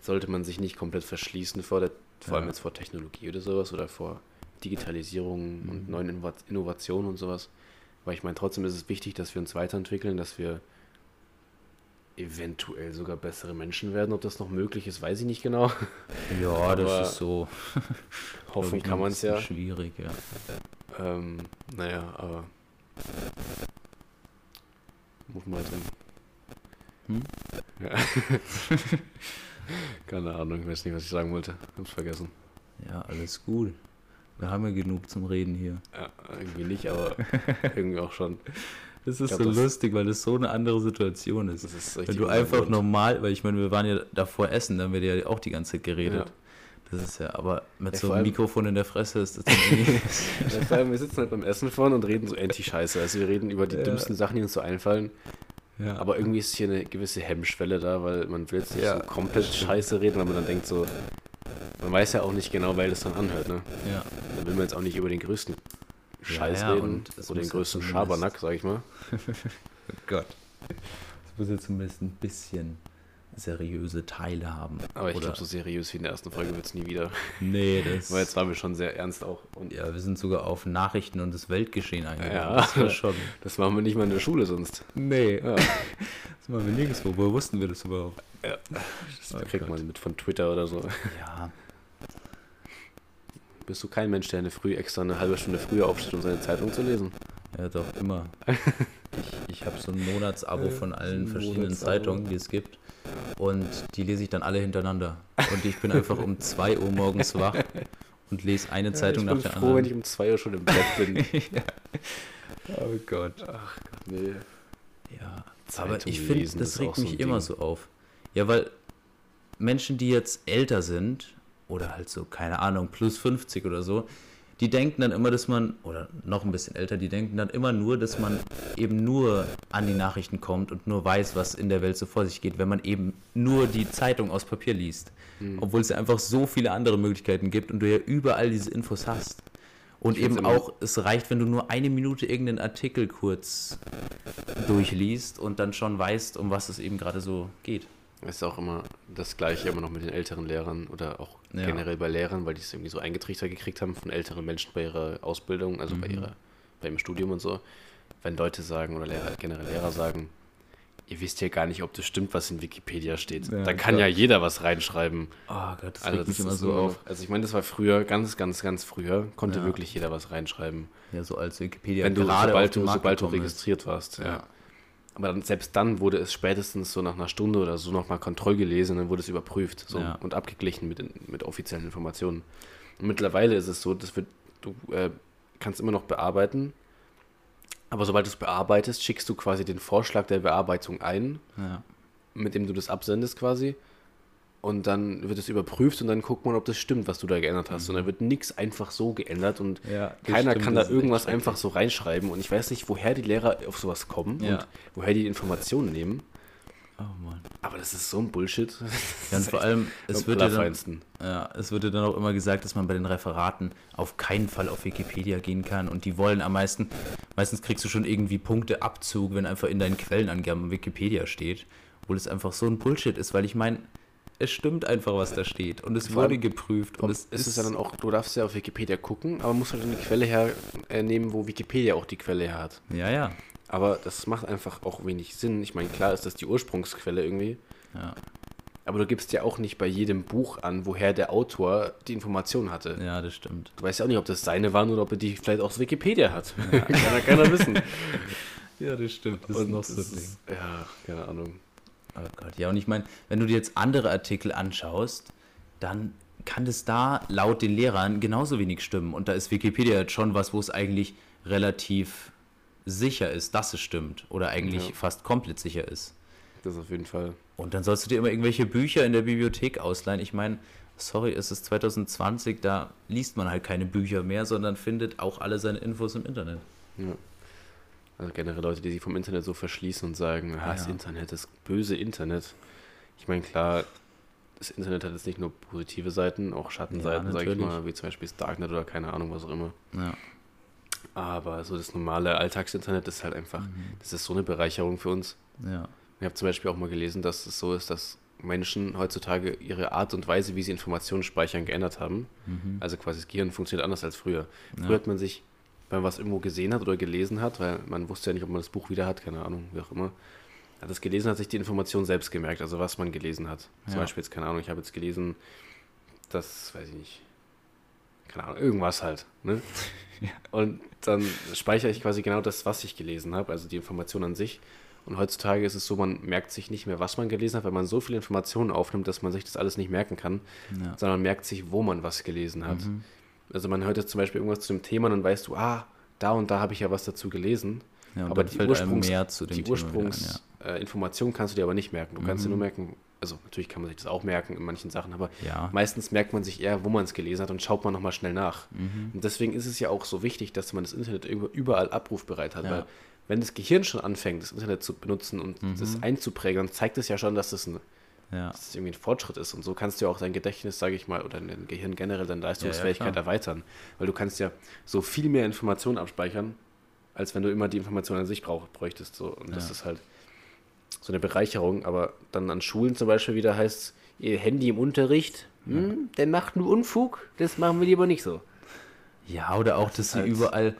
[SPEAKER 2] sollte man sich nicht komplett verschließen vor der, vor allem
[SPEAKER 1] Ja.
[SPEAKER 2] jetzt vor Technologie oder sowas oder vor Digitalisierung
[SPEAKER 1] Mhm.
[SPEAKER 2] und neuen Innova- Innovationen und sowas. Weil ich meine, trotzdem ist es wichtig, dass wir uns weiterentwickeln, dass wir eventuell sogar bessere Menschen werden. Ob das noch möglich ist, weiß ich nicht genau.
[SPEAKER 1] ja das
[SPEAKER 2] Aber
[SPEAKER 1] ist so. glaub
[SPEAKER 2] Hoffen
[SPEAKER 1] ich, noch
[SPEAKER 2] kann
[SPEAKER 1] ein
[SPEAKER 2] man es
[SPEAKER 1] bisschen
[SPEAKER 2] ja.
[SPEAKER 1] Schwierig, ja.
[SPEAKER 2] Ähm, naja, aber Rufen wir jetzt an.
[SPEAKER 1] Hm?
[SPEAKER 2] Ja. Keine Ahnung, ich weiß nicht, was ich sagen wollte. Hab's vergessen.
[SPEAKER 1] Ja, alles gut. Wir haben ja genug zum Reden hier.
[SPEAKER 2] Ja, irgendwie nicht, aber irgendwie auch schon.
[SPEAKER 1] Das ist
[SPEAKER 2] glaub,
[SPEAKER 1] so
[SPEAKER 2] das-
[SPEAKER 1] lustig, weil das so eine andere Situation ist.
[SPEAKER 2] Das ist
[SPEAKER 1] Wenn
[SPEAKER 2] richtig
[SPEAKER 1] du einfach
[SPEAKER 2] ungewohnt.
[SPEAKER 1] normal, weil ich meine, wir waren ja davor essen, dann wird ja auch die ganze Zeit geredet.
[SPEAKER 2] Ja.
[SPEAKER 1] Das ist ja, aber mit
[SPEAKER 2] Ja,
[SPEAKER 1] so
[SPEAKER 2] vor
[SPEAKER 1] einem
[SPEAKER 2] allem-
[SPEAKER 1] Mikrofon in der Fresse ist das dann irgendwie.
[SPEAKER 2] Ja, Vor allem, wir sitzen halt beim Essen vorne und reden so endlich scheiße. Also wir reden über die
[SPEAKER 1] Ja.
[SPEAKER 2] dümmsten Sachen, die uns so einfallen.
[SPEAKER 1] ja.
[SPEAKER 2] Aber irgendwie ist hier eine gewisse Hemmschwelle da, weil man will jetzt nicht
[SPEAKER 1] Ja,
[SPEAKER 2] so komplett scheiße reden, weil man dann denkt so, man weiß ja auch nicht genau, wer das dann anhört, ne?
[SPEAKER 1] ja.
[SPEAKER 2] Dann will man jetzt auch nicht über den größten Scheiß
[SPEAKER 1] ja,
[SPEAKER 2] reden
[SPEAKER 1] und es
[SPEAKER 2] oder den
[SPEAKER 1] muss ja
[SPEAKER 2] größten
[SPEAKER 1] zumindest-
[SPEAKER 2] Schabernack, sag ich mal.
[SPEAKER 1] Oh Gott. Es muss ja zumindest ein bisschen seriöse Teile haben.
[SPEAKER 2] Aber ich
[SPEAKER 1] Oder-
[SPEAKER 2] glaube, so seriös wie in der ersten Folge wird es nie wieder.
[SPEAKER 1] Nee, das.
[SPEAKER 2] Weil jetzt waren wir schon sehr ernst auch. Und
[SPEAKER 1] ja, wir sind sogar auf Nachrichten und das Weltgeschehen eingegangen.
[SPEAKER 2] Ja.
[SPEAKER 1] Das war schon.
[SPEAKER 2] das machen wir nicht mal in der Schule sonst.
[SPEAKER 1] Nee,
[SPEAKER 2] Ja,
[SPEAKER 1] das machen wir nirgendwo. Woher wussten wir das überhaupt?
[SPEAKER 2] das
[SPEAKER 1] Oh
[SPEAKER 2] kriegt
[SPEAKER 1] Gott.
[SPEAKER 2] man mit von Twitter oder so.
[SPEAKER 1] Ja,
[SPEAKER 2] Bist du kein Mensch, der eine früh extra eine halbe Stunde früher aufsteht, um seine Zeitung zu lesen?
[SPEAKER 1] ja doch, immer. Ich, ich habe so ein Monatsabo von allen
[SPEAKER 2] ein
[SPEAKER 1] verschiedenen
[SPEAKER 2] Monatsabo.
[SPEAKER 1] Zeitungen, die es gibt. Und die lese ich dann alle hintereinander. Und ich bin einfach um 2 Uhr morgens wach und lese eine Zeitung
[SPEAKER 2] ich
[SPEAKER 1] nach
[SPEAKER 2] bin
[SPEAKER 1] der
[SPEAKER 2] froh, wenn ich
[SPEAKER 1] anderen.
[SPEAKER 2] um 2 Uhr schon im Bett bin.
[SPEAKER 1] Oh Gott.
[SPEAKER 2] nee.
[SPEAKER 1] Ja,
[SPEAKER 2] Zeitung
[SPEAKER 1] aber ich finde,
[SPEAKER 2] lesen
[SPEAKER 1] das
[SPEAKER 2] ist
[SPEAKER 1] regt
[SPEAKER 2] auch so
[SPEAKER 1] mich
[SPEAKER 2] ein
[SPEAKER 1] immer
[SPEAKER 2] Ding.
[SPEAKER 1] so auf. Ja, weil Menschen, die jetzt älter sind oder halt so, keine Ahnung, plus 50 oder so, die denken dann immer, dass man, oder noch ein bisschen älter, die denken dann immer nur, dass man eben nur an die Nachrichten kommt und nur weiß, was in der Welt so vor sich geht, wenn man eben nur die Zeitung aus Papier liest.
[SPEAKER 2] Hm.
[SPEAKER 1] Obwohl es ja einfach so viele andere Möglichkeiten gibt und du ja überall diese Infos hast. Und
[SPEAKER 2] find's
[SPEAKER 1] eben
[SPEAKER 2] immer-
[SPEAKER 1] auch, es reicht, wenn du nur eine Minute irgendeinen Artikel kurz durchliest und dann schon weißt, um was es eben gerade so geht.
[SPEAKER 2] Ist auch immer das Gleiche, immer noch mit den älteren Lehrern oder auch
[SPEAKER 1] Ja.
[SPEAKER 2] generell bei Lehrern, weil die es irgendwie so eingetrichtert gekriegt haben von älteren Menschen bei ihrer Ausbildung, also
[SPEAKER 1] Mhm.
[SPEAKER 2] bei ihrer, beim Studium und so. Wenn Leute sagen oder Lehrer, generell Lehrer sagen, ihr wisst ja gar nicht, ob das stimmt, was in Wikipedia steht.
[SPEAKER 1] Ja,
[SPEAKER 2] da kann
[SPEAKER 1] klar.
[SPEAKER 2] ja jeder was reinschreiben.
[SPEAKER 1] Oh Gott, das
[SPEAKER 2] Also,
[SPEAKER 1] regt
[SPEAKER 2] das
[SPEAKER 1] mich immer
[SPEAKER 2] ist
[SPEAKER 1] so
[SPEAKER 2] immer
[SPEAKER 1] auf.
[SPEAKER 2] noch- also ich meine, das war früher, ganz, ganz, ganz früher, konnte
[SPEAKER 1] Ja.
[SPEAKER 2] wirklich jeder was reinschreiben.
[SPEAKER 1] Ja, so als Wikipedia
[SPEAKER 2] wenn du,
[SPEAKER 1] gerade auf
[SPEAKER 2] sobald,
[SPEAKER 1] den
[SPEAKER 2] du,
[SPEAKER 1] Markt
[SPEAKER 2] sobald du
[SPEAKER 1] gekommen ist.
[SPEAKER 2] registriert warst. Ja.
[SPEAKER 1] Ja.
[SPEAKER 2] Aber dann, selbst dann wurde es spätestens so nach einer Stunde oder so nochmal Kontroll gelesen und dann wurde es überprüft so,
[SPEAKER 1] Ja.
[SPEAKER 2] und abgeglichen mit, den- mit offiziellen Informationen. Und mittlerweile ist es so, dass wir, du äh, kannst immer noch bearbeiten, aber sobald du es bearbeitest, schickst du quasi den Vorschlag der Bearbeitung ein,
[SPEAKER 1] Ja.
[SPEAKER 2] mit dem du das absendest quasi. Und dann wird es überprüft und dann guckt man, ob das stimmt, was du da geändert hast. Und dann wird nichts einfach so geändert und
[SPEAKER 1] Mhm. Ja, das
[SPEAKER 2] keiner
[SPEAKER 1] stimmt,
[SPEAKER 2] kann
[SPEAKER 1] das ist
[SPEAKER 2] da
[SPEAKER 1] echt
[SPEAKER 2] irgendwas einfach so reinschreiben. Und ich weiß nicht, woher die Lehrer auf sowas kommen
[SPEAKER 1] Ja.
[SPEAKER 2] und woher die die Informationen nehmen.
[SPEAKER 1] Oh Mann.
[SPEAKER 2] Aber das ist so ein Bullshit.
[SPEAKER 1] Ja, und vor allem, es wird ja,
[SPEAKER 2] ja
[SPEAKER 1] dann, ja, es wird ja dann auch immer gesagt, dass man bei den Referaten auf keinen Fall auf Wikipedia gehen kann und die wollen am meisten, meistens kriegst du schon irgendwie Punkteabzug, wenn einfach in deinen Quellenangaben Wikipedia steht, obwohl es einfach so ein Bullshit ist, weil ich meine, es stimmt einfach, was da steht und es
[SPEAKER 2] Vor
[SPEAKER 1] wurde
[SPEAKER 2] allem-
[SPEAKER 1] geprüft und es
[SPEAKER 2] ist, es ja dann auch, du darfst ja auf Wikipedia gucken, aber musst halt eine Quelle hernehmen, wo Wikipedia auch die Quelle her hat.
[SPEAKER 1] Ja, ja.
[SPEAKER 2] Aber das macht einfach auch wenig Sinn. Ich meine, klar ist das die Ursprungsquelle irgendwie.
[SPEAKER 1] Ja.
[SPEAKER 2] Aber du gibst ja auch nicht bei jedem Buch an, woher der Autor die Information hatte.
[SPEAKER 1] Ja, das stimmt.
[SPEAKER 2] Du weißt ja auch nicht, ob das seine waren oder ob er die vielleicht aus Wikipedia hat. kann ja keiner wissen.
[SPEAKER 1] Ja, das stimmt. Das
[SPEAKER 2] Und das ist- Ja, keine Ahnung.
[SPEAKER 1] Oh Gott, ja, und ich meine, wenn du dir jetzt andere Artikel anschaust, dann kann es da laut den Lehrern genauso wenig stimmen. Und da ist Wikipedia jetzt schon was, wo es eigentlich relativ sicher ist, dass es stimmt. Oder eigentlich
[SPEAKER 2] Ja.
[SPEAKER 1] fast komplett sicher ist.
[SPEAKER 2] Das auf jeden Fall.
[SPEAKER 1] Und dann sollst du dir immer irgendwelche Bücher in der Bibliothek ausleihen. Ich meine, sorry, es ist 2020, da liest man halt keine Bücher mehr, sondern findet auch alle seine Infos im Internet.
[SPEAKER 2] Also generell Leute, die sich vom Internet so verschließen und sagen, ah, das
[SPEAKER 1] Ja.
[SPEAKER 2] Internet, das böse Internet. Ich meine, klar, das Internet hat jetzt nicht nur positive Seiten, auch Schattenseiten,
[SPEAKER 1] Ja,
[SPEAKER 2] sag ich
[SPEAKER 1] natürlich.
[SPEAKER 2] mal, wie zum Beispiel das Darknet oder keine Ahnung, was auch immer.
[SPEAKER 1] Ja.
[SPEAKER 2] Aber so das normale Alltagsinternet ist halt einfach,
[SPEAKER 1] Mhm.
[SPEAKER 2] das ist so eine Bereicherung für uns.
[SPEAKER 1] Ja.
[SPEAKER 2] Ich habe zum Beispiel auch mal gelesen, dass es so ist, dass Menschen heutzutage ihre Art und Weise, wie sie Informationen speichern, geändert haben. Also quasi das Gehirn funktioniert anders als früher. Früher hat man sich, wenn man was irgendwo gesehen hat oder gelesen hat, weil man wusste ja nicht, ob man das Buch wieder hat, keine Ahnung, wie auch immer, hat das gelesen, hat sich die Information selbst gemerkt, also was man gelesen hat. Zum
[SPEAKER 1] Ja.
[SPEAKER 2] Beispiel jetzt, keine Ahnung, ich habe jetzt gelesen, das weiß ich nicht, keine Ahnung, irgendwas halt. Ne? Und dann speichere ich quasi genau das, was ich gelesen habe, also die Information an sich. Und heutzutage ist es so, man merkt sich nicht mehr, was man gelesen hat, weil man so viele Informationen aufnimmt, dass man sich das alles nicht merken kann,
[SPEAKER 1] Ja. Mhm.
[SPEAKER 2] sondern merkt sich, wo man was gelesen hat. Also man hört jetzt zum Beispiel irgendwas zu dem Thema und dann weißt du, ah, da und da habe ich ja was dazu gelesen.
[SPEAKER 1] Ja, und
[SPEAKER 2] aber
[SPEAKER 1] dann
[SPEAKER 2] die
[SPEAKER 1] fällt einem
[SPEAKER 2] Ursprungs-
[SPEAKER 1] mehr zu dem
[SPEAKER 2] Die
[SPEAKER 1] Thema wieder ein, ja.
[SPEAKER 2] Ursprungsinformation Äh, kannst du dir aber nicht merken. Du kannst
[SPEAKER 1] Mhm.
[SPEAKER 2] dir nur merken, also natürlich kann man sich das auch merken in manchen Sachen, aber
[SPEAKER 1] Ja.
[SPEAKER 2] meistens merkt man sich eher, wo man es gelesen hat und schaut man nochmal schnell nach.
[SPEAKER 1] Mhm.
[SPEAKER 2] Und deswegen ist es ja auch so wichtig, dass man das Internet irgendwo- überall abrufbereit hat,
[SPEAKER 1] Ja.
[SPEAKER 2] weil wenn das Gehirn schon anfängt, das Internet zu benutzen und
[SPEAKER 1] Mhm.
[SPEAKER 2] das einzuprägen, dann zeigt es ja schon, dass das, ein,
[SPEAKER 1] Ja.
[SPEAKER 2] dass das irgendwie ein Fortschritt ist. Und so kannst du ja auch dein Gedächtnis, sage ich mal, oder dein Gehirn generell, deine Leistungsfähigkeit
[SPEAKER 1] klar.
[SPEAKER 2] erweitern. Weil du kannst ja so viel mehr Informationen abspeichern, als wenn du immer die Information an sich brauch, bräuchtest. So. Und das
[SPEAKER 1] Ja.
[SPEAKER 2] ist halt so eine Bereicherung. Aber dann an Schulen zum Beispiel wieder heißt es, ihr Handy im Unterricht, hm, der macht nur Unfug, das machen wir lieber nicht so.
[SPEAKER 1] Ja, oder auch, dass sie
[SPEAKER 2] halt-
[SPEAKER 1] überall,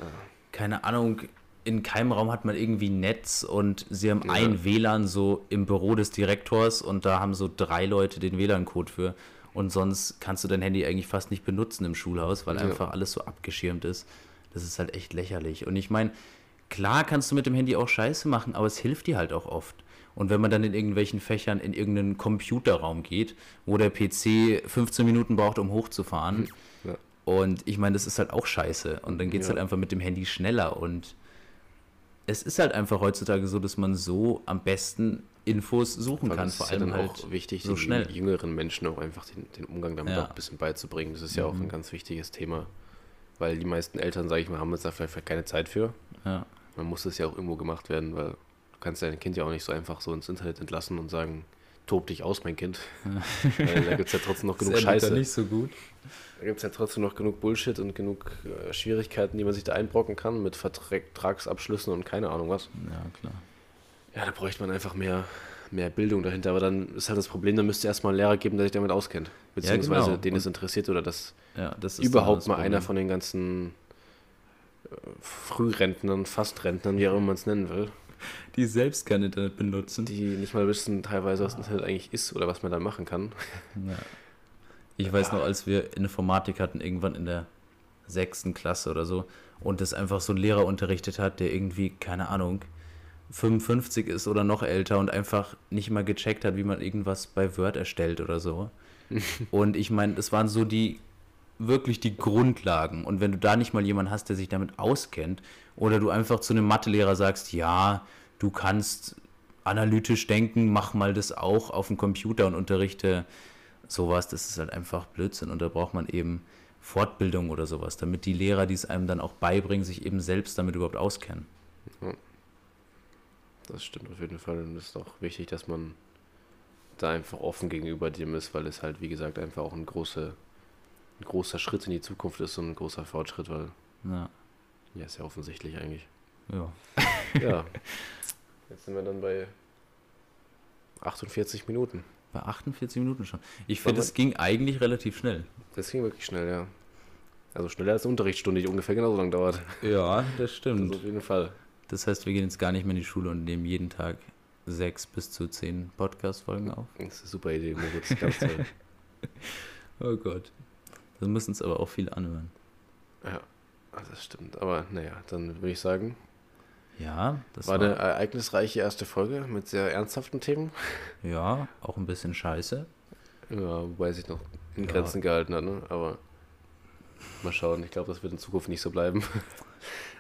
[SPEAKER 1] keine Ahnung, in keinem Raum hat man irgendwie Netz und sie haben ein WLAN so im Büro des Direktors und da haben so drei Leute den WLAN-Code für. Und sonst kannst du dein Handy eigentlich fast nicht benutzen im Schulhaus, weil einfach alles so abgeschirmt ist. Das ist halt echt lächerlich. Und ich meine, klar kannst du mit dem Handy auch Scheiße machen, aber es hilft dir halt auch oft. Und wenn man dann in irgendwelchen Fächern in irgendeinen Computerraum geht, wo der PC 15 Minuten braucht, um hochzufahren,
[SPEAKER 2] Ja.
[SPEAKER 1] und ich meine, das ist halt auch scheiße. Und dann geht es
[SPEAKER 2] Ja.
[SPEAKER 1] halt einfach mit dem Handy schneller. Und es ist halt einfach heutzutage so, dass man so am besten Infos suchen
[SPEAKER 2] Vor allem
[SPEAKER 1] kann.
[SPEAKER 2] ist es
[SPEAKER 1] Vor
[SPEAKER 2] ja
[SPEAKER 1] allem
[SPEAKER 2] dann
[SPEAKER 1] halt
[SPEAKER 2] auch wichtig,
[SPEAKER 1] so
[SPEAKER 2] den
[SPEAKER 1] schnell.
[SPEAKER 2] jüngeren Menschen auch einfach den, den Umgang damit
[SPEAKER 1] Ja. Mhm.
[SPEAKER 2] auch ein bisschen beizubringen. Das ist ja auch ein ganz wichtiges Thema, weil die meisten Eltern, sage ich mal, haben jetzt da vielleicht keine Zeit für.
[SPEAKER 1] Ja.
[SPEAKER 2] Man muss das ja auch irgendwo gemacht werden, weil du kannst dein Kind ja auch nicht so einfach so ins Internet entlassen und sagen, tob dich aus, mein Kind. Weil da gibt es ja trotzdem noch genug Scheiße.
[SPEAKER 1] so gut.
[SPEAKER 2] Da gibt es ja trotzdem noch genug Bullshit und genug äh, Schwierigkeiten, die man sich da einbrocken kann mit Vertragsabschlüssen und keine Ahnung was.
[SPEAKER 1] Ja, klar.
[SPEAKER 2] Ja, da bräuchte man einfach mehr, mehr Bildung dahinter. Aber dann ist halt das Problem, dann müsste erstmal einen Lehrer geben, der sich damit auskennt. Beziehungsweise
[SPEAKER 1] genau.
[SPEAKER 2] den es interessiert oder dass
[SPEAKER 1] Ja, das ist dann
[SPEAKER 2] überhaupt
[SPEAKER 1] das
[SPEAKER 2] mal
[SPEAKER 1] Problem.
[SPEAKER 2] einer von den ganzen äh, Frührentnern, Fastrentnern, wie auch immer man es nennen will,
[SPEAKER 1] die selbst kein Internet benutzen.
[SPEAKER 2] die nicht mal wissen teilweise, was Internet eigentlich ist oder was man da machen kann.
[SPEAKER 1] Ja. Ich weiß noch, als wir Informatik hatten, irgendwann in der sechsten Klasse oder so, und das einfach so ein Lehrer unterrichtet hat, der irgendwie, keine Ahnung, 55 ist oder noch älter und einfach nicht mal gecheckt hat, wie man irgendwas bei Word erstellt oder so. Und ich meine, das waren so die wirklich die Grundlagen. Und wenn du da nicht mal jemanden hast, der sich damit auskennt, oder du einfach zu einem Mathelehrer sagst, ja, du kannst analytisch denken, mach mal das auch auf dem Computer und unterrichte sowas, das ist halt einfach Blödsinn und da braucht man eben Fortbildung oder sowas, damit die Lehrer, die es einem dann auch beibringen, sich eben selbst damit überhaupt auskennen.
[SPEAKER 2] Das stimmt auf jeden Fall. Und es ist auch wichtig, dass man da einfach offen gegenüber dem ist, weil es halt, wie gesagt, einfach auch ein, große, ein großer Schritt in die Zukunft ist und ein großer Fortschritt, weil
[SPEAKER 1] Ja.
[SPEAKER 2] ja, ist ja offensichtlich eigentlich.
[SPEAKER 1] ja.
[SPEAKER 2] Ja. Jetzt sind wir dann bei 48 Minuten.
[SPEAKER 1] Bei 48 Minuten schon. Ich finde,
[SPEAKER 2] Wollen
[SPEAKER 1] es ging eigentlich relativ schnell.
[SPEAKER 2] Das ging wirklich schnell, ja. Also schneller als eine Unterrichtsstunde, die ungefähr genauso lang dauert.
[SPEAKER 1] Ja, das
[SPEAKER 2] Also
[SPEAKER 1] stimmt.
[SPEAKER 2] auf jeden Fall.
[SPEAKER 1] Das heißt, wir gehen jetzt gar nicht mehr in die Schule und nehmen jeden Tag sechs bis zu zehn Podcast-Folgen auf.
[SPEAKER 2] Das ist eine super Idee, Moritz. Ganz toll.
[SPEAKER 1] Oh Gott. Das müssen es aber auch viele anhören.
[SPEAKER 2] ja, also das stimmt. Aber naja, dann würde ich sagen,
[SPEAKER 1] Ja, das
[SPEAKER 2] war eine ereignisreiche erste Folge mit sehr ernsthaften Themen.
[SPEAKER 1] ja auch ein bisschen scheiße.
[SPEAKER 2] Ja, wobei es sich noch in
[SPEAKER 1] Ja.
[SPEAKER 2] Grenzen gehalten hat, ne? Aber mal schauen. Ich glaube, das wird in Zukunft nicht so bleiben.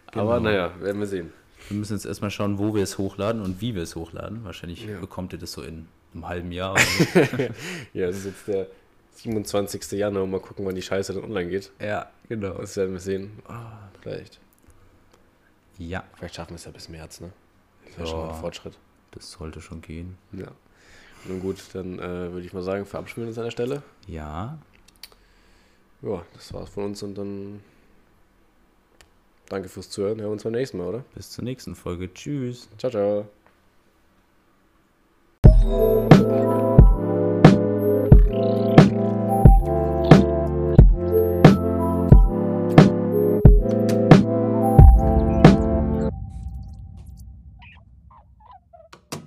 [SPEAKER 2] Aber
[SPEAKER 1] Genau.
[SPEAKER 2] naja, werden wir sehen.
[SPEAKER 1] Wir müssen jetzt erstmal schauen, wo wir es hochladen und wie wir es hochladen. Wahrscheinlich
[SPEAKER 2] Ja.
[SPEAKER 1] bekommt ihr das so in einem halben Jahr. Oder so.
[SPEAKER 2] Ja, es ist jetzt der 27. Januar. Mal gucken, wann die Scheiße dann online geht.
[SPEAKER 1] ja, genau.
[SPEAKER 2] Das werden wir sehen. Ah, vielleicht.
[SPEAKER 1] Ja,
[SPEAKER 2] Vielleicht schaffen wir es ja bis März, ne? Das
[SPEAKER 1] Ja.
[SPEAKER 2] wäre schon mal ein Fortschritt.
[SPEAKER 1] das sollte schon gehen.
[SPEAKER 2] Ja. Nun gut, dann äh, würde ich mal sagen, verabschieden wir uns an der Stelle.
[SPEAKER 1] Ja,
[SPEAKER 2] Ja, das war's von uns und dann danke fürs Zuhören. Hören wir uns beim nächsten Mal, oder?
[SPEAKER 1] bis zur nächsten Folge. Tschüss.
[SPEAKER 2] Ciao, ciao.